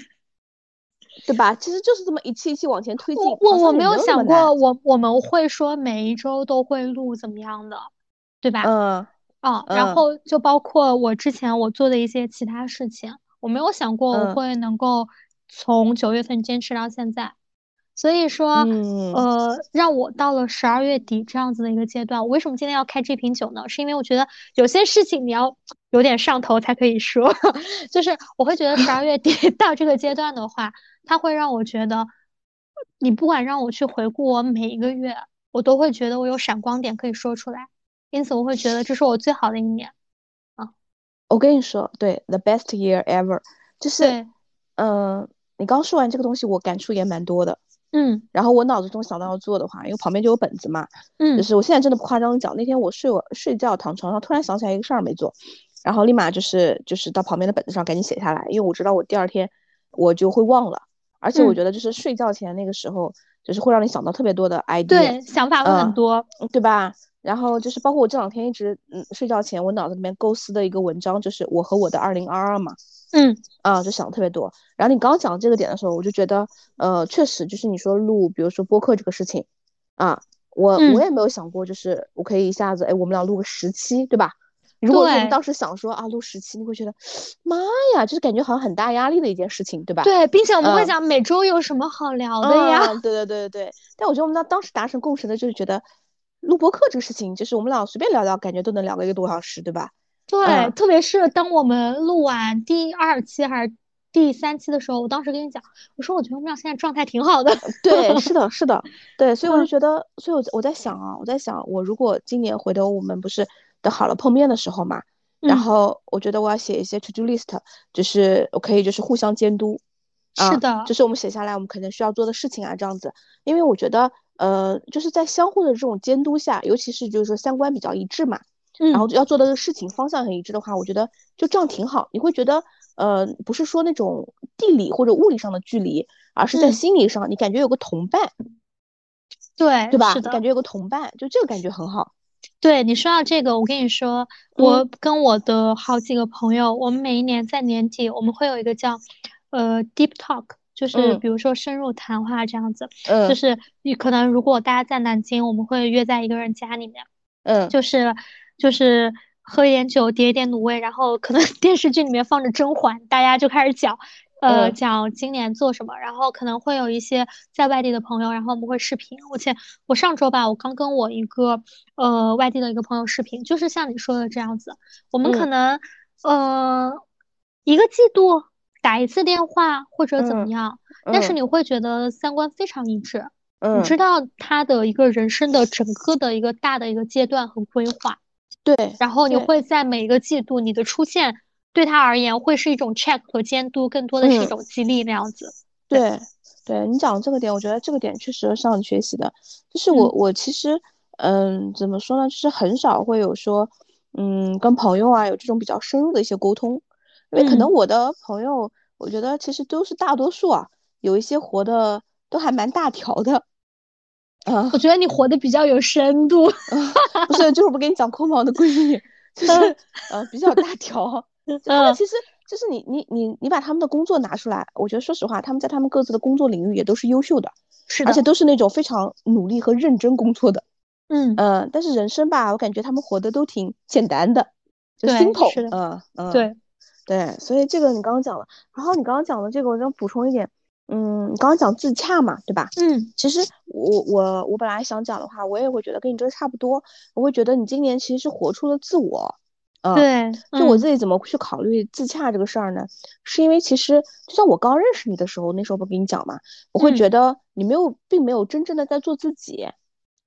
[SPEAKER 2] 对吧？其实就是这么一期一期往前推进。
[SPEAKER 1] 我我
[SPEAKER 2] 好像
[SPEAKER 1] 我
[SPEAKER 2] 也没
[SPEAKER 1] 有
[SPEAKER 2] 那么
[SPEAKER 1] 想
[SPEAKER 2] 难
[SPEAKER 1] 过，。我我们会说每一周都会录怎么样的，对吧？
[SPEAKER 2] 嗯
[SPEAKER 1] 啊，然
[SPEAKER 2] 嗯
[SPEAKER 1] 后就包括我之前我做的一些其他事情，我没有想过我
[SPEAKER 2] 嗯
[SPEAKER 1] 会能够从九月份坚持到现在，所以说，
[SPEAKER 2] 嗯
[SPEAKER 1] 呃，让我到了十二月底这样子的一个阶段，我为什么今天要开这瓶酒呢？是因为我觉得有些事情你要有点上头才可以说， 就是我会觉得十二月 底到这个阶段的话，它会让我觉得，你不管让我去回顾我每一个月，我都会觉得我有闪光点可以说出来，因此我会觉得这是我最好的一年。
[SPEAKER 2] 我跟你说，对，the best year ever，就是，
[SPEAKER 1] 对，
[SPEAKER 2] 嗯、你刚说完这个东西，我感触也蛮多的。
[SPEAKER 1] 嗯
[SPEAKER 2] 然后我脑子中想到要做的话，因为旁边就有本子嘛，就
[SPEAKER 1] 嗯
[SPEAKER 2] 是我现在真的不夸张地讲，那天我睡我睡觉躺床上，突然想起来一个事儿没做，然后立马就是就是到旁边的本子上赶紧写下来，因为我知道我第二天我就会忘了，而且
[SPEAKER 1] 嗯
[SPEAKER 2] 我觉得就是睡觉前那个时候，就是会让你想到特别多的 idea，
[SPEAKER 1] 对，想法会很
[SPEAKER 2] 嗯
[SPEAKER 1] 多。
[SPEAKER 2] 嗯对吧？然后就是包括我这两天一直嗯睡觉前，我脑子里面构思的一个文章，就是我和我的二零二二嘛，
[SPEAKER 1] 嗯
[SPEAKER 2] 啊，就想的特别多。然后你刚讲这个点的时候，我就觉得，呃，确实就是你说录，比如说播客这个事情，啊，我
[SPEAKER 1] 嗯
[SPEAKER 2] 我也没有想过，就是我可以一下子，哎，我们俩录个十期，对吧？如果是我
[SPEAKER 1] 对
[SPEAKER 2] 们当时想说啊，录十期，你会觉得，妈呀，就是感觉好像很大压力的一件事情，对吧？
[SPEAKER 1] 对，并且我们会
[SPEAKER 2] 嗯
[SPEAKER 1] 讲每周有什么好聊
[SPEAKER 2] 好
[SPEAKER 1] 的呀。
[SPEAKER 2] 对对对对对。但我觉得我们当当时达成共识的就是觉得，录播客这个事情，就是我们俩随便聊聊，感觉都能聊个一个多小时，对吧？
[SPEAKER 1] 对，
[SPEAKER 2] 嗯
[SPEAKER 1] 特别是当我们录完第二期还是第三期的时候，我当时跟你讲，我说我觉得我们俩现在状态挺好的。
[SPEAKER 2] 对，是的，是的，对，所以我就
[SPEAKER 1] 嗯
[SPEAKER 2] 觉得，所以我在我在想啊，我在想，我如果今年回头我们不是等好了碰面的时候嘛，然
[SPEAKER 1] 嗯
[SPEAKER 2] 后我觉得我要写一些 to do list，就是我可以就是互相监督，
[SPEAKER 1] 是
[SPEAKER 2] 啊，
[SPEAKER 1] 的
[SPEAKER 2] 就，是我们写下来我们可能需要做的事情啊，这样子，因为我觉得，呃，就是在相互的这种监督下，尤其是就是说三观比较一致嘛，然后
[SPEAKER 1] 嗯，
[SPEAKER 2] 要做的事情方向很一致的话，我觉得就这样挺好。你会觉得，呃，不是说那种地理或者物理上的距离，而是在
[SPEAKER 1] 嗯
[SPEAKER 2] 心理上，你感觉有个同伴，
[SPEAKER 1] 对，
[SPEAKER 2] 对吧？
[SPEAKER 1] 是
[SPEAKER 2] 你
[SPEAKER 1] 的。
[SPEAKER 2] 感觉有个同伴，就这个感觉很好。
[SPEAKER 1] 对，你说到这个，我跟你说，
[SPEAKER 2] 嗯
[SPEAKER 1] 我跟我的好几个朋友，我们每一年在年底，我们会有一个叫呃 deep talk，就是
[SPEAKER 2] 嗯
[SPEAKER 1] 比如说深入谈话这样子，就
[SPEAKER 2] 嗯
[SPEAKER 1] 是你可能如果大家在南京，我们会约在一个人家里面，
[SPEAKER 2] 嗯，
[SPEAKER 1] 就是就是喝一点酒，叠一点卤味，然后可能 电视剧里面放着甄嬛，大家就开始讲，呃，
[SPEAKER 2] 嗯
[SPEAKER 1] 讲今年做什么，然后可能会有一些在外地的朋友，然后我们会视频。我前我上周吧，我刚跟我一个呃外地的一个朋友视频，就是像你说的这样子，我们
[SPEAKER 2] 嗯
[SPEAKER 1] 可能呃一个季度打一次电话或者怎么
[SPEAKER 2] 嗯
[SPEAKER 1] 样，但是
[SPEAKER 2] 嗯
[SPEAKER 1] 你会觉得三观非常一致。
[SPEAKER 2] 嗯
[SPEAKER 1] 你，知道他的一个人生的整个的一个大的一个阶段和规划，
[SPEAKER 2] 对，
[SPEAKER 1] 然后你
[SPEAKER 2] 对
[SPEAKER 1] 会在每一个季度你的出现对他而言会是一种 check 和监督，更多的是一
[SPEAKER 2] 嗯
[SPEAKER 1] 种激励那样子。
[SPEAKER 2] 对，对你讲这个点，我觉得这个点确实是让你学习的。就是我，我其实，嗯，怎么说呢？就是很少会有说，嗯，跟朋友啊有这种比较深入的一些沟通，因为可能
[SPEAKER 1] 嗯
[SPEAKER 2] 我的朋友，我觉得其实都是大多数啊，有一些活的都还蛮大条的，啊，
[SPEAKER 1] 我觉得你活得比较有深度。
[SPEAKER 2] 不是，就是我不跟你讲空毛的闺蜜，就是呃比较大条。就他们
[SPEAKER 1] 嗯
[SPEAKER 2] 其实就是你你你你把他们的工作拿出来，我觉得说实话，他们在他们各自的工作领域也都是优秀的，
[SPEAKER 1] 是
[SPEAKER 2] 而且
[SPEAKER 1] 的，
[SPEAKER 2] 都是那种非常努力和认真工作的。
[SPEAKER 1] 嗯，
[SPEAKER 2] 嗯、但是人生吧，我感觉他们活的都挺简单的，就
[SPEAKER 1] 对
[SPEAKER 2] simple
[SPEAKER 1] 是的
[SPEAKER 2] 嗯。嗯嗯，
[SPEAKER 1] 对，
[SPEAKER 2] 对，所以这个你刚刚讲了，然后你刚刚讲的这个，我想补充一点，嗯，你刚刚讲自洽嘛，对吧？
[SPEAKER 1] 嗯
[SPEAKER 2] 其实我我我本来想讲的话，我也会觉得跟你这差不多，我会觉得你今年其实是活出了自我，嗯，
[SPEAKER 1] 对，
[SPEAKER 2] 就我
[SPEAKER 1] 嗯
[SPEAKER 2] 自己怎么去考虑自洽这个事儿呢？是因为其实就像我刚认识你的时候，那时候不跟你讲嘛，我会
[SPEAKER 1] 嗯
[SPEAKER 2] 觉得你没有，并没有真正的在做自己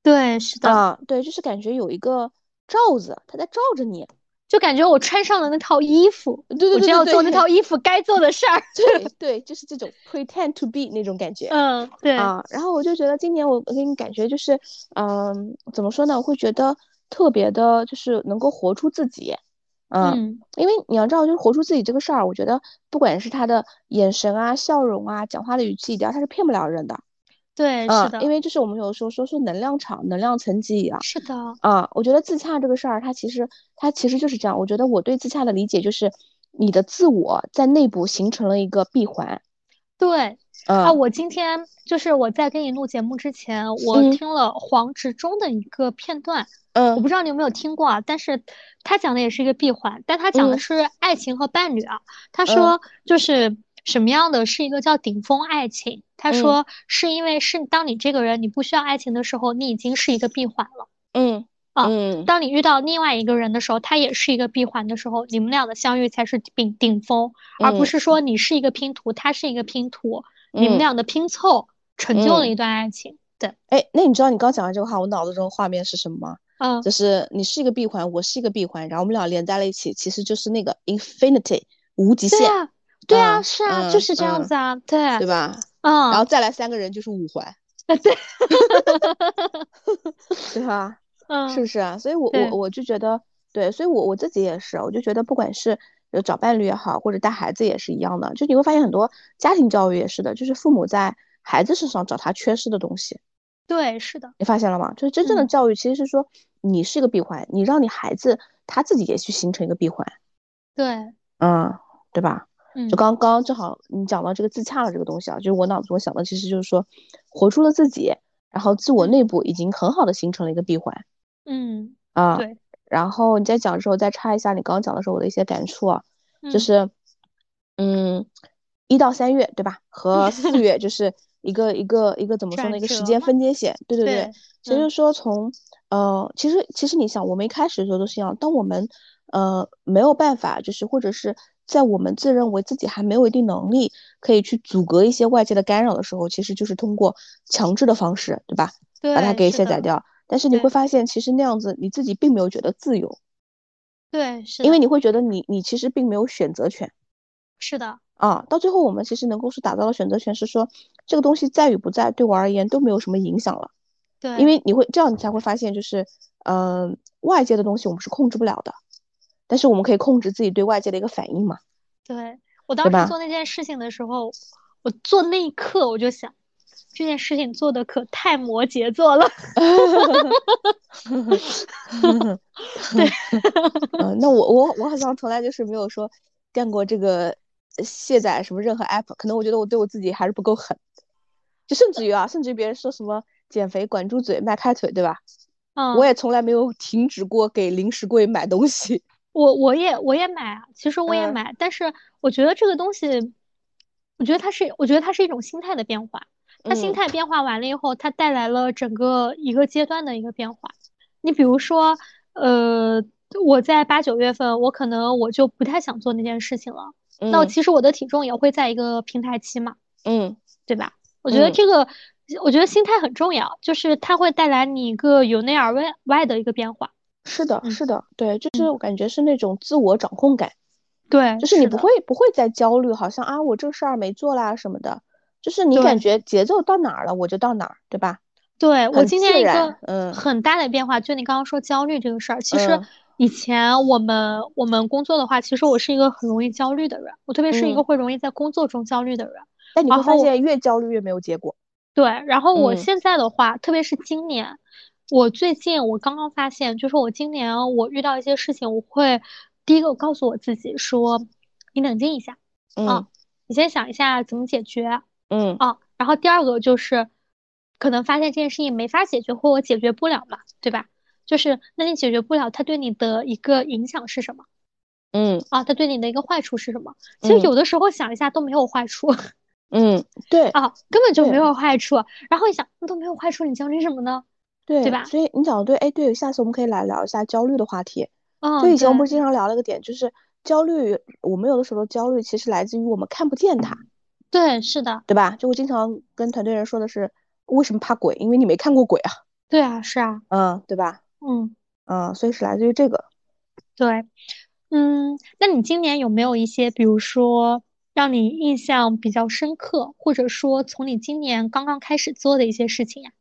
[SPEAKER 1] 对是的，
[SPEAKER 2] 啊，对，就是感觉有一个罩子，它在罩着你，
[SPEAKER 1] 就感觉我穿上了那套衣服，
[SPEAKER 2] 对对
[SPEAKER 1] 我
[SPEAKER 2] 对
[SPEAKER 1] 就要
[SPEAKER 2] 对
[SPEAKER 1] 做那
[SPEAKER 2] 对，
[SPEAKER 1] 套衣服该做的事儿。
[SPEAKER 2] 对对，就是这种 pretend to be 那种感觉，
[SPEAKER 1] 嗯，对，
[SPEAKER 2] 啊，然后我就觉得今年我给你感觉就是，嗯、怎么说呢？我会觉得特别的，就是能够活出自己，嗯，
[SPEAKER 1] 嗯
[SPEAKER 2] 因为你要知道，就是活出自己这个事儿，我觉得不管是他的眼神啊、笑容啊、讲话的语气，只要他是骗不了人的，
[SPEAKER 1] 对是
[SPEAKER 2] 嗯，因
[SPEAKER 1] 的，
[SPEAKER 2] 为就是我们有时候说说能量场、能量层级一样，
[SPEAKER 1] 是的，
[SPEAKER 2] 啊，我觉得自洽这个事儿，它其实它其实就是这样。我觉得我对自洽的理解就是，你的自我在内部形成了一个闭环，
[SPEAKER 1] 对。啊，
[SPEAKER 2] 嗯
[SPEAKER 1] 我今天就是我在跟你录节目之前，我
[SPEAKER 2] 嗯
[SPEAKER 1] 听了黄执中的一个片段，我
[SPEAKER 2] 嗯
[SPEAKER 1] 不知道你有没有听过啊，但是他讲的也是一个闭环，但他讲的
[SPEAKER 2] 嗯
[SPEAKER 1] 是爱情和伴侣啊。他
[SPEAKER 2] 嗯
[SPEAKER 1] 说就是什么样的是一个叫顶峰爱情？他
[SPEAKER 2] 嗯
[SPEAKER 1] 说是因为是当你这个人你不需要爱情的时候，你已经是一个闭环了。
[SPEAKER 2] 嗯
[SPEAKER 1] 啊
[SPEAKER 2] 嗯
[SPEAKER 1] 当你遇到另外一个人的时候，他也是一个闭环的时候，你们俩的相遇才是顶顶峰，而不
[SPEAKER 2] 嗯
[SPEAKER 1] 是说你是一个拼图，他是一个拼图，你们
[SPEAKER 2] 嗯
[SPEAKER 1] 俩的拼凑成就了
[SPEAKER 2] 嗯
[SPEAKER 1] 一段爱情。对，
[SPEAKER 2] 哎，那你知道你刚讲的这个话，我脑子中的画面是什么吗？
[SPEAKER 1] 嗯，
[SPEAKER 2] 就是你是一个闭环，我是一个闭环，然后我们俩连在了一起，其实就是那个 infinity 无极
[SPEAKER 1] 对
[SPEAKER 2] 限，
[SPEAKER 1] 啊，对啊，
[SPEAKER 2] 嗯
[SPEAKER 1] 是啊，就
[SPEAKER 2] 嗯
[SPEAKER 1] 是这样
[SPEAKER 2] 嗯
[SPEAKER 1] 子啊，对，
[SPEAKER 2] 对吧？然后
[SPEAKER 1] 嗯，
[SPEAKER 2] 再来三个人就是五环，
[SPEAKER 1] 对，
[SPEAKER 2] 对吧？是不
[SPEAKER 1] 嗯，
[SPEAKER 2] 是啊？所以我，
[SPEAKER 1] 对
[SPEAKER 2] 我我就觉得，对，所以我我自己也是，我就觉得，不管是呃找伴侣也好，或者带孩子也是一样的，就你会发现很多家庭教育也是的，就是父母在孩子身上找他缺失的东西，
[SPEAKER 1] 对，是的，
[SPEAKER 2] 你发现了吗？就是真正的
[SPEAKER 1] 嗯
[SPEAKER 2] 教育其实是说，你是一个闭环，你让你孩子他自己也去形成一个闭环，
[SPEAKER 1] 对，
[SPEAKER 2] 嗯，对吧？
[SPEAKER 1] 嗯
[SPEAKER 2] 就，刚刚正好你讲到这个自洽的这个东西啊，就是我脑子中想的其实就是说，活出了自己，然后自我
[SPEAKER 1] 嗯
[SPEAKER 2] 内部已经很好的形成了一个闭环。
[SPEAKER 1] 嗯，
[SPEAKER 2] 啊，
[SPEAKER 1] 对，
[SPEAKER 2] 然后你在讲的时候再插一下你刚刚讲的时候我的一些感触啊，就
[SPEAKER 1] 嗯，
[SPEAKER 2] 是，嗯，一到三月对吧？和四月就是一个一个一个怎么说呢？
[SPEAKER 1] 转
[SPEAKER 2] 一个时
[SPEAKER 1] 折
[SPEAKER 2] 间
[SPEAKER 1] 吗
[SPEAKER 2] 分界线，对对对。
[SPEAKER 1] 对，
[SPEAKER 2] 其实
[SPEAKER 1] 嗯
[SPEAKER 2] 就是说从呃，其实其实你想，我们一开始的时候都是一样，当我们呃没有办法，就是或者是在我们自认为自己还没有一定能力可以去阻隔一些外界的干扰的时候，其实就是通过强制的方式，对吧？把它
[SPEAKER 1] 对，
[SPEAKER 2] 给
[SPEAKER 1] 是
[SPEAKER 2] 卸载
[SPEAKER 1] 的，
[SPEAKER 2] 掉。但是你会
[SPEAKER 1] 对，
[SPEAKER 2] 发现，其实那样子你自己并没有觉得自由，
[SPEAKER 1] 对，是
[SPEAKER 2] 因
[SPEAKER 1] 的，
[SPEAKER 2] 为你会觉得你你其实并没有选择权
[SPEAKER 1] 是的，
[SPEAKER 2] 啊。到最后，我们其实能够是打造的选择权是说，这个东西在与不在对我而言都没有什么影响了，因
[SPEAKER 1] 对，
[SPEAKER 2] 为你会这样，你才会发现就是，嗯、外界的东西我们是控制不了的，但是我们可以控制自己对外界的一个反应嘛，
[SPEAKER 1] 对，我
[SPEAKER 2] 对
[SPEAKER 1] 当时
[SPEAKER 2] 吧？
[SPEAKER 1] 做那件事情的时候，我做那一刻我就想，这件事情做的可太摩羯座了。对，
[SPEAKER 2] 嗯，那我我我好像从来就是没有说干过这个呃卸载什么任何 app，可能我觉得我对我自己还是不够狠，就甚至于啊，甚至于别人说什么减肥管住嘴迈开腿，对吧？我
[SPEAKER 1] 嗯，
[SPEAKER 2] 也从来没有停止过给零食柜买 东西。
[SPEAKER 1] 我我也我也买啊，其实我也
[SPEAKER 2] 嗯
[SPEAKER 1] 买，但是我觉得这个东西，我觉得它是，我觉得它是一种心态的变化。它心
[SPEAKER 2] 嗯
[SPEAKER 1] 态变化完了以后，它带来了整个一个阶段的一个变化。你比如说，呃，我在八九月份，我可能我就不太想做那件事情了。那
[SPEAKER 2] 嗯
[SPEAKER 1] 其实我的体重也会在一个平台期嘛。
[SPEAKER 2] 嗯
[SPEAKER 1] 对吧？我觉得
[SPEAKER 2] 嗯
[SPEAKER 1] 这个我觉得心态很重要，就是它会带来你一个由内而外外的一个变化。
[SPEAKER 2] 是的，
[SPEAKER 1] 嗯
[SPEAKER 2] 是的，对，就是我感觉是那种自我掌控感，
[SPEAKER 1] 对，
[SPEAKER 2] 就是你不
[SPEAKER 1] 的
[SPEAKER 2] 会不会再焦虑，好像啊我这事儿没做啦什么的，就是你感觉节奏到哪儿了我就到哪儿，对吧？
[SPEAKER 1] 对我
[SPEAKER 2] 很
[SPEAKER 1] 今
[SPEAKER 2] 自
[SPEAKER 1] 天一
[SPEAKER 2] 然
[SPEAKER 1] 个
[SPEAKER 2] 嗯
[SPEAKER 1] 很大的变化，就你刚刚说焦虑这个事儿，其实
[SPEAKER 2] 嗯
[SPEAKER 1] 以前我们我们工作的话，其实我是一个很容易焦虑的人，我特别是一
[SPEAKER 2] 嗯
[SPEAKER 1] 个会容易在工作中焦虑的人。
[SPEAKER 2] 但你会
[SPEAKER 1] 然
[SPEAKER 2] 发
[SPEAKER 1] 后
[SPEAKER 2] 现越焦虑越没有结果。
[SPEAKER 1] 对，然后我
[SPEAKER 2] 嗯
[SPEAKER 1] 现在的话，特别是今年，我最近我刚刚发现，就是我今年我遇到一些事情，我会第一个告诉我自己说，你冷静一下，
[SPEAKER 2] 嗯
[SPEAKER 1] 啊你先想一下怎么解决
[SPEAKER 2] 嗯
[SPEAKER 1] 啊。然后第二个就是，可能发现这件事情没法解决，或我解决不了嘛，对吧？就是那你解决不了，它对你的一个影响是什么
[SPEAKER 2] 嗯
[SPEAKER 1] 啊？它对你的一个坏处是什么？其实
[SPEAKER 2] 嗯
[SPEAKER 1] 有的时候想一下都没有坏处。
[SPEAKER 2] 嗯，对
[SPEAKER 1] 啊，根本就没
[SPEAKER 2] 对
[SPEAKER 1] 有坏处。然后一想，那都没有坏处，你焦虑什么呢？
[SPEAKER 2] 对
[SPEAKER 1] 对吧
[SPEAKER 2] 所以你讲的对，哎，对，下次我们可以来聊一下焦虑的话题。
[SPEAKER 1] 嗯，
[SPEAKER 2] 就以前我们不
[SPEAKER 1] 对
[SPEAKER 2] 是经常聊那个点，就是焦虑，我们有的时候焦虑其实来自于我们看不见它，
[SPEAKER 1] 对，是的，
[SPEAKER 2] 对吧？就我经常跟团队人说的是，为什么怕鬼？因为你没看过鬼啊，
[SPEAKER 1] 对啊，是啊，
[SPEAKER 2] 嗯，对吧？
[SPEAKER 1] 嗯，
[SPEAKER 2] 嗯，所以是来自于这个。
[SPEAKER 1] 对，嗯，那你今年有没有一些，比如说让你印象比较深刻，或者说从你今年刚刚开始做的一些事情呀？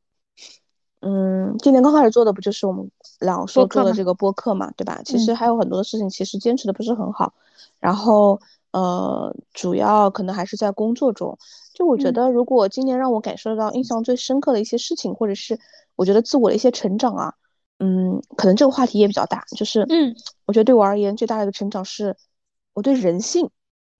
[SPEAKER 2] 嗯，今年刚开始做的不就是我们俩说
[SPEAKER 1] 播客
[SPEAKER 2] 做的
[SPEAKER 1] 吗
[SPEAKER 2] 这个播客嘛，对吧？其实
[SPEAKER 1] 嗯
[SPEAKER 2] 还有很多的事情，其实坚持的不是很好。然后，呃，主要可能还是在工作中。就我觉
[SPEAKER 1] 嗯
[SPEAKER 2] 得，如果今年让我感受到印象最深刻的一些事情，或者是我觉得自我的一些成长啊，嗯，可能这个话题也比较大。就是，
[SPEAKER 1] 嗯，
[SPEAKER 2] 我觉得对我而言最大的一个成长是，我对人性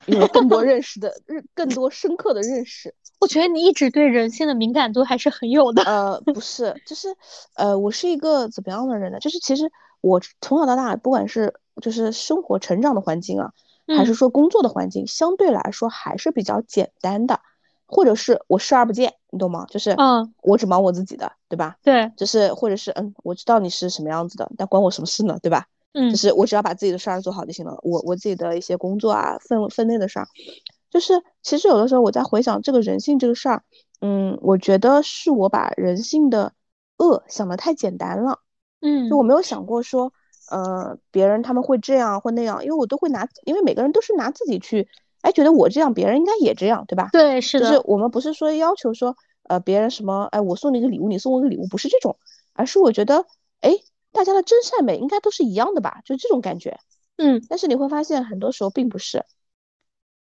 [SPEAKER 2] 有了更多认识的、认更多深刻的认识。
[SPEAKER 1] 我觉得你一直对人性的敏感度还是很有的。
[SPEAKER 2] 呃，不是，就是呃，我是一个怎么样的人呢？就是其实我从小到大，不管是就是生活成长的环境啊，还是
[SPEAKER 1] 嗯
[SPEAKER 2] 说工作的环境，相对来说还是比较简单的，或者是我视而不见，你懂吗？就是
[SPEAKER 1] 嗯，
[SPEAKER 2] 我只忙我自己的，对吧？
[SPEAKER 1] 对，
[SPEAKER 2] 就是或者是嗯，我知道你是什么样子的，但关我什么事呢？对吧？
[SPEAKER 1] 嗯
[SPEAKER 2] 就是我只要把自己的事儿做好就行了。我我自己的一些工作啊，分分内的事儿，就是其实有的时候我在回想这个人性这个事儿，嗯，我觉得是我把人性的恶想得太简单了，就我
[SPEAKER 1] 嗯，
[SPEAKER 2] 没有想过说，呃，别人他们会这样或那样，因为我都会拿，因为每个人都是拿自己去，哎，觉得我这样，别人应该也这样，对吧？
[SPEAKER 1] 对，是
[SPEAKER 2] 就是
[SPEAKER 1] 的，
[SPEAKER 2] 我们不是说要求说，呃，别人什么，哎，我送你一个礼物，你送我一个礼物，不是这种，而是我觉得，哎，大家的真善美应该都是一样的吧，就这种感觉。
[SPEAKER 1] 嗯
[SPEAKER 2] 但是你会发现，很多时候并不是，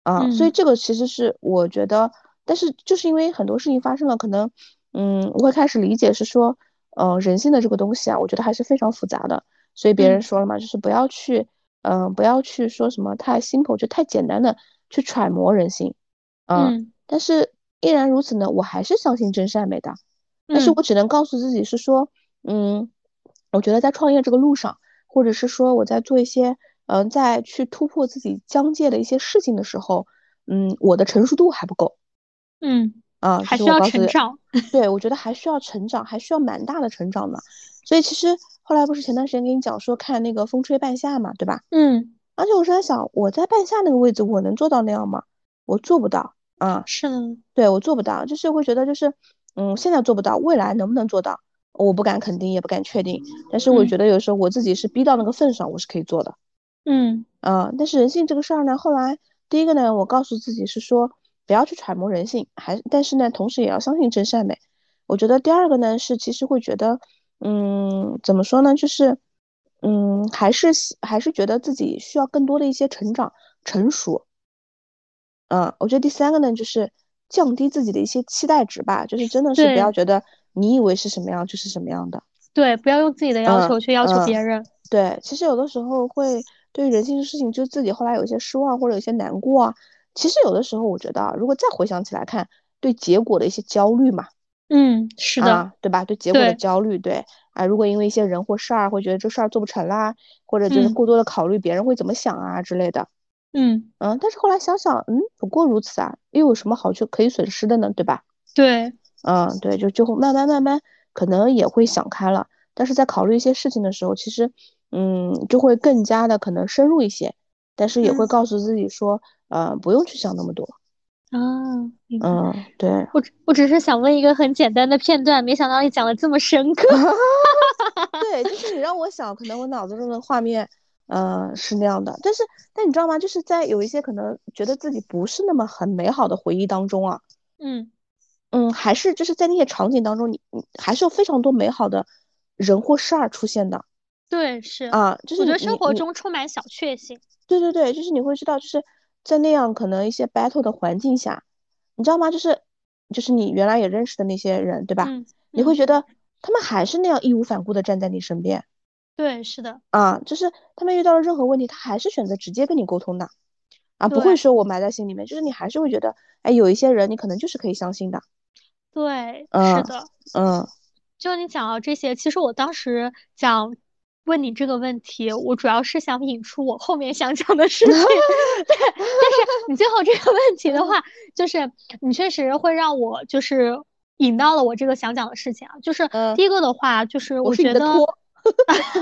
[SPEAKER 2] 啊，所以
[SPEAKER 1] 嗯
[SPEAKER 2] 这个其实是我觉得，但是就是因为很多事情发生了，可能，嗯，我会开始理解是说，呃，人性的这个东西啊，我觉得还是非常复杂的。所以别人
[SPEAKER 1] 嗯
[SPEAKER 2] 说了嘛，就是不要去，嗯、不要去说什么太 simple，就太简单的去揣摩人性，嗯、
[SPEAKER 1] 嗯
[SPEAKER 2] 但是依然如此呢，我还是相信真善美的。但是
[SPEAKER 1] 嗯
[SPEAKER 2] 我只能告诉自己是说，嗯，我觉得在创业这个路上，或者是说我在做一些，嗯、在去突破自己疆界的一些事情的时候，嗯，我的成熟度还不够
[SPEAKER 1] 嗯，
[SPEAKER 2] 啊，就
[SPEAKER 1] 还
[SPEAKER 2] 是
[SPEAKER 1] 需
[SPEAKER 2] 我
[SPEAKER 1] 要
[SPEAKER 2] 告诉
[SPEAKER 1] 成
[SPEAKER 2] 自己，
[SPEAKER 1] 长。
[SPEAKER 2] 对，我觉得还需要成长，还需要蛮大的成长呢。所以其实后来不是前段时间跟你讲说看那个《风吹半夏》嘛，对吧？
[SPEAKER 1] 嗯，
[SPEAKER 2] 而且我是在想，我在半夏那个位置，我能做到那样吗？我做不到啊。
[SPEAKER 1] 是的，
[SPEAKER 2] 对，我做不到，就是会觉得就是，嗯，现在做不到，未来能不能做到，我不敢肯定，也不敢确定。但是我觉
[SPEAKER 1] 嗯
[SPEAKER 2] 得有时候我自己是逼到那个份上，我是可以做的。
[SPEAKER 1] 嗯
[SPEAKER 2] 啊、但是人性这个事儿呢，后来第一个呢，我告诉自己是说不要去揣摩人性，还但是呢，同时也要相信真善美。我觉得第二个呢是，其实会觉得，嗯，怎么说呢，就是，嗯，还是希还是觉得自己需要更多的一些成长、成熟。嗯，我觉得第三个呢，就是降低自己的一些期待值吧，就是真的是不要
[SPEAKER 1] 对
[SPEAKER 2] 觉得你以为是什么样就是什么样的。
[SPEAKER 1] 对，不要用自己的要
[SPEAKER 2] 嗯
[SPEAKER 1] 求去要求
[SPEAKER 2] 嗯。
[SPEAKER 1] 别人。
[SPEAKER 2] 对，其实有的时候会对人性的事情，就自己后来有一些失望或者有些难过啊。其实有的时候我觉得啊，如果再回想起来看，对结果的一些焦虑嘛，
[SPEAKER 1] 嗯，是的，
[SPEAKER 2] 啊，对吧？对结果的
[SPEAKER 1] 对，
[SPEAKER 2] 焦虑，对啊，如果因为一些人或事儿，会觉得这事儿做不成啦，或者就是
[SPEAKER 1] 嗯
[SPEAKER 2] 过多的考虑别人会怎么想啊之类的，
[SPEAKER 1] 嗯，
[SPEAKER 2] 嗯，但是后来想想，嗯，不过如此啊，又有什么好处可以损失的呢？对吧？
[SPEAKER 1] 对，
[SPEAKER 2] 嗯，对，就就会慢慢慢慢，可能也会想开了，但是在考虑一些事情的时候，其实，嗯，就会更加的可能深入一些，但是也会
[SPEAKER 1] 嗯
[SPEAKER 2] 告诉自己说，呃，不用去想那么多。
[SPEAKER 1] 啊，明白。
[SPEAKER 2] 嗯，对，
[SPEAKER 1] 我只我只是想问一个很简单的片段，没想到你讲的这么深刻。
[SPEAKER 2] 啊对，就是你让我想，可能我脑子中的画面，呃，是那样的。但是，但你知道吗？就是在有一些可能觉得自己不是那么很美好的回忆当中啊，
[SPEAKER 1] 嗯
[SPEAKER 2] 嗯，还是就是在那些场景当中，你你还是有非常多美好的人或事儿出现的
[SPEAKER 1] 对，是。
[SPEAKER 2] 啊。就是
[SPEAKER 1] 我觉
[SPEAKER 2] 你
[SPEAKER 1] 得生
[SPEAKER 2] 你
[SPEAKER 1] 活
[SPEAKER 2] 你
[SPEAKER 1] 中充满小确幸。
[SPEAKER 2] 对对对，就是你会知道，就是在那样可能一些 battle 的环境下，你知道吗？就是就是你原来也认识的那些人，对吧？
[SPEAKER 1] 嗯，
[SPEAKER 2] 你会
[SPEAKER 1] 嗯，
[SPEAKER 2] 觉得他们还是那样义无反顾的站在你身边
[SPEAKER 1] 对，是的，
[SPEAKER 2] 啊，就是他们遇到了任何问题，他还是选择直接跟你沟通的啊，不会
[SPEAKER 1] 对
[SPEAKER 2] 说我埋在心里面，就是你还是会觉得，哎，有一些人你可能就是可以相信的，
[SPEAKER 1] 对，是
[SPEAKER 2] 嗯
[SPEAKER 1] 的。
[SPEAKER 2] 嗯
[SPEAKER 1] 就你讲到这些，其实我当时想问你这个问题，我主要是想引出我后面想讲的事情。 对，但是你最后这个问题的话，就是你确实会让我就是引到了我这个想讲的事情啊。就是
[SPEAKER 2] 嗯，
[SPEAKER 1] 第一个的话，就是
[SPEAKER 2] 我
[SPEAKER 1] 我
[SPEAKER 2] 是你
[SPEAKER 1] 觉
[SPEAKER 2] 的
[SPEAKER 1] 得，
[SPEAKER 2] 托，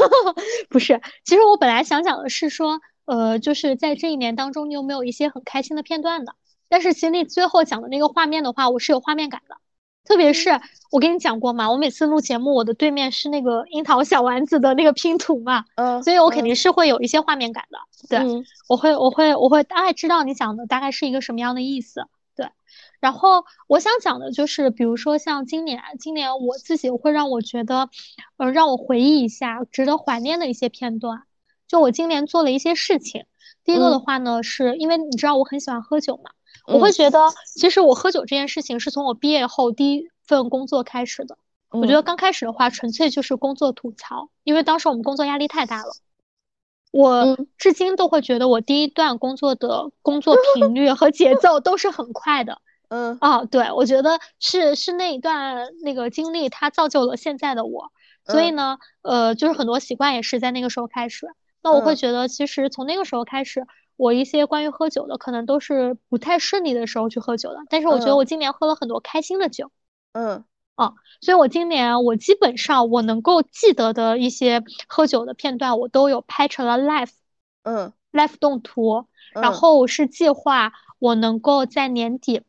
[SPEAKER 1] 不是，其实我本来想讲的是说，呃，就是在这一年当中，你有没有一些很开心的片段的？但是其实你最后讲的那个画面的话，我是有画面感的，特别是我跟你讲过嘛，我每次录节目，我的对面是那个樱桃小丸子的那个拼图嘛，
[SPEAKER 2] 嗯
[SPEAKER 1] 所以我肯
[SPEAKER 2] 嗯
[SPEAKER 1] 定是会有一些画面感的。对，
[SPEAKER 2] 嗯
[SPEAKER 1] 我会，我会，我会大概知道你讲的大概是一个什么样的意思。对，然后我想讲的就是，比如说像今年，今年我自己会让我觉得，呃，让我回忆一下值得怀念的一些片段。就我今年做了一些事情，第一个的
[SPEAKER 2] 嗯
[SPEAKER 1] 话呢，是因为你知道我很喜欢喝酒嘛，我会
[SPEAKER 2] 嗯
[SPEAKER 1] 觉得其实我喝酒这件事情是从我毕业后第一份工作开始的。我觉
[SPEAKER 2] 嗯
[SPEAKER 1] 得刚开始的话，纯粹就是工作吐槽，因为当时我们工作压力太大了。我
[SPEAKER 2] 嗯，
[SPEAKER 1] 至今都会觉得我第一段工作的工作频率和节奏都是很快的。
[SPEAKER 2] 嗯
[SPEAKER 1] 哦，对，我觉得是是那一段那个经历，它造就了现在的我。所以
[SPEAKER 2] 嗯
[SPEAKER 1] 呢，呃，就是很多习惯也是在那个时候开始。那我会
[SPEAKER 2] 嗯
[SPEAKER 1] 觉得，其实从那个时候开始，我一些关于喝酒的，可能都是不太顺利的时候去喝酒的。但是我觉得
[SPEAKER 2] 嗯
[SPEAKER 1] 我今年喝了很多开心的酒。
[SPEAKER 2] 嗯
[SPEAKER 1] 啊，所以我今年啊我基本上我能够记得的一些喝酒的片段，我都有拍成了 live
[SPEAKER 2] 嗯
[SPEAKER 1] live 动图，然
[SPEAKER 2] 嗯
[SPEAKER 1] 后我是计划我能够在年底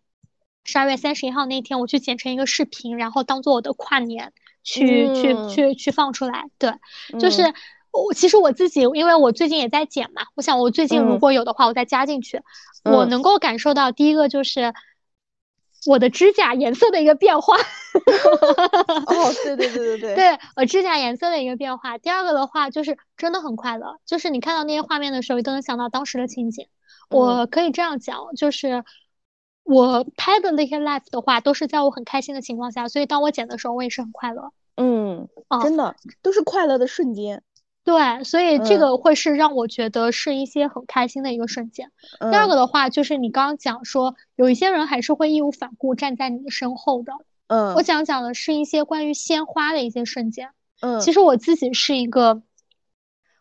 [SPEAKER 1] 十二月三十一号那一天，我去剪成一个视频，然后当做我的跨年去去
[SPEAKER 2] 嗯
[SPEAKER 1] 去去放出来。对，就是
[SPEAKER 2] 嗯
[SPEAKER 1] 我其实我自己，因为我最近也在剪嘛，我想我最近如
[SPEAKER 2] 嗯
[SPEAKER 1] 果有的话，我再加进去，我
[SPEAKER 2] 嗯，
[SPEAKER 1] 能够感受到第一个就是我的指甲颜色的一个变化。
[SPEAKER 2] 哦，对对对对对，
[SPEAKER 1] 对，呃，指甲颜色的一个变化。第二个的话，就是真的很快乐，就是你看到那些画面的时候，你都能想到当时的情景。
[SPEAKER 2] 嗯
[SPEAKER 1] 我可以这样讲，就是我拍的那些 live 的话，都是在我很开心的情况下，所以当我剪的时候，我也是很快乐。
[SPEAKER 2] 嗯，
[SPEAKER 1] 嗯，
[SPEAKER 2] 真的都是快乐的瞬间，
[SPEAKER 1] 对，所以这
[SPEAKER 2] 嗯
[SPEAKER 1] 个会是让我觉得是一些很开心的一个瞬间。第二
[SPEAKER 2] 嗯
[SPEAKER 1] 个的话，就是你刚刚讲说，有一些人还是会义无反顾站在你的身后的。我
[SPEAKER 2] 嗯
[SPEAKER 1] 想讲的是一些关于鲜花的一些瞬间。
[SPEAKER 2] 嗯，
[SPEAKER 1] 其实我自己是一个，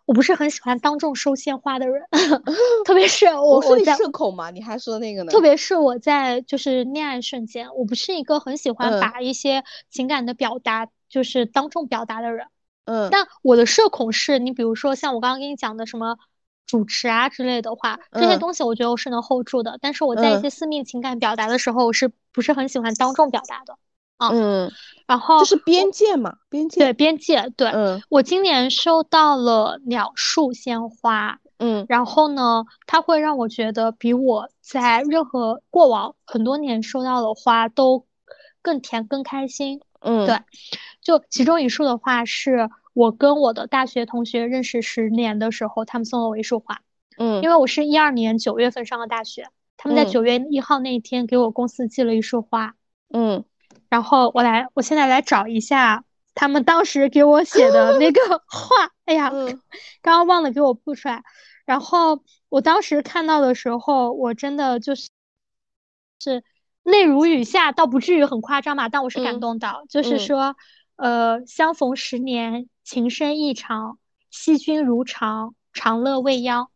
[SPEAKER 1] 我不是很喜欢当众收鲜花的人， 特别是我
[SPEAKER 2] 我说
[SPEAKER 1] 我
[SPEAKER 2] 你
[SPEAKER 1] 在，
[SPEAKER 2] 社恐嘛，你还说那个
[SPEAKER 1] 特
[SPEAKER 2] 呢，
[SPEAKER 1] 别是我在就是恋爱瞬间，我不是一个很喜欢
[SPEAKER 2] 嗯
[SPEAKER 1] 把一些情感的表达就是当众表达的人。
[SPEAKER 2] 嗯
[SPEAKER 1] 但我的社恐是你比如说像我刚刚跟你讲的什么主持啊之类的话，这些
[SPEAKER 2] 嗯
[SPEAKER 1] 东西我觉得我是能 hold 住的，但是我在一
[SPEAKER 2] 嗯
[SPEAKER 1] 些私密情感表达的时候，我是不是很喜欢当众表达的啊？
[SPEAKER 2] 嗯，
[SPEAKER 1] 然
[SPEAKER 2] 就
[SPEAKER 1] 后
[SPEAKER 2] 是边界嘛，边
[SPEAKER 1] 哦
[SPEAKER 2] 界，
[SPEAKER 1] 对，边界，对，
[SPEAKER 2] 嗯
[SPEAKER 1] 我今年收到了两束鲜花，
[SPEAKER 2] 嗯
[SPEAKER 1] 然后呢，它会让我觉得比我在任何过往很多年收到的花都更甜、更开心。对，
[SPEAKER 2] 嗯
[SPEAKER 1] 就其中一束的话，是我跟我的大学同学认识十年的时候，他们送了我一束花，
[SPEAKER 2] 嗯
[SPEAKER 1] 因为我是一二年九月份上的大学，他们在
[SPEAKER 2] 嗯
[SPEAKER 1] 九月一号那一天给我公司寄了一束花。
[SPEAKER 2] 嗯，
[SPEAKER 1] 然后我来，我现在来找一下他们当时给我写的那个 话。哎呀，
[SPEAKER 2] 嗯
[SPEAKER 1] 刚刚忘了给我布出来。然后我当时看到的时候，我真的就是泪如雨下，倒不至于很夸张吧，但我是感
[SPEAKER 2] 嗯
[SPEAKER 1] 动到，就是
[SPEAKER 2] 嗯
[SPEAKER 1] 说，呃，相逢十年，情深意长，惜君如常，长乐未央。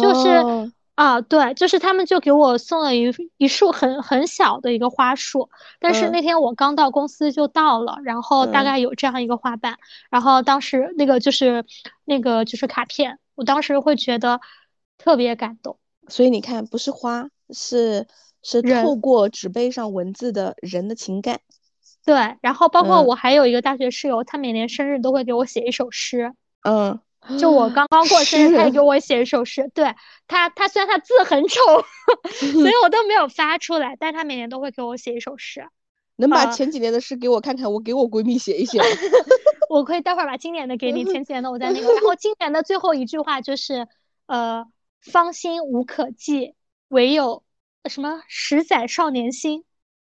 [SPEAKER 1] 就是
[SPEAKER 2] 哦，
[SPEAKER 1] 啊，对，就是他们就给我送了一一束很很小的一个花束，但是
[SPEAKER 2] 嗯
[SPEAKER 1] 那天我刚到公司就到了，然后大
[SPEAKER 2] 嗯
[SPEAKER 1] 概有这样一个花瓣，然后当时那个就是那个就是卡片，我当时会觉得特别感动。
[SPEAKER 2] 所以你看，不是花，是是
[SPEAKER 1] 人
[SPEAKER 2] 透过纸杯上文字的人的情感。
[SPEAKER 1] 对，然后包括
[SPEAKER 2] 嗯
[SPEAKER 1] 我还有一个大学室友，他每年生日都会给我写一首诗。
[SPEAKER 2] 嗯，
[SPEAKER 1] 就我刚刚过生日，他也
[SPEAKER 2] 是
[SPEAKER 1] 给我写一首诗。对他，他虽然他字很丑， 所以我都没有发出来，但他每年都会给我写一首诗。
[SPEAKER 2] 能把
[SPEAKER 1] 呃
[SPEAKER 2] 前几年的诗给我看看，我给我闺蜜写一 写。
[SPEAKER 1] 我可以待会儿把今年的给你，前几年的我在那个。然后今年的最后一句话就是，呃，芳心无可寄，唯有呃什么十载少年心，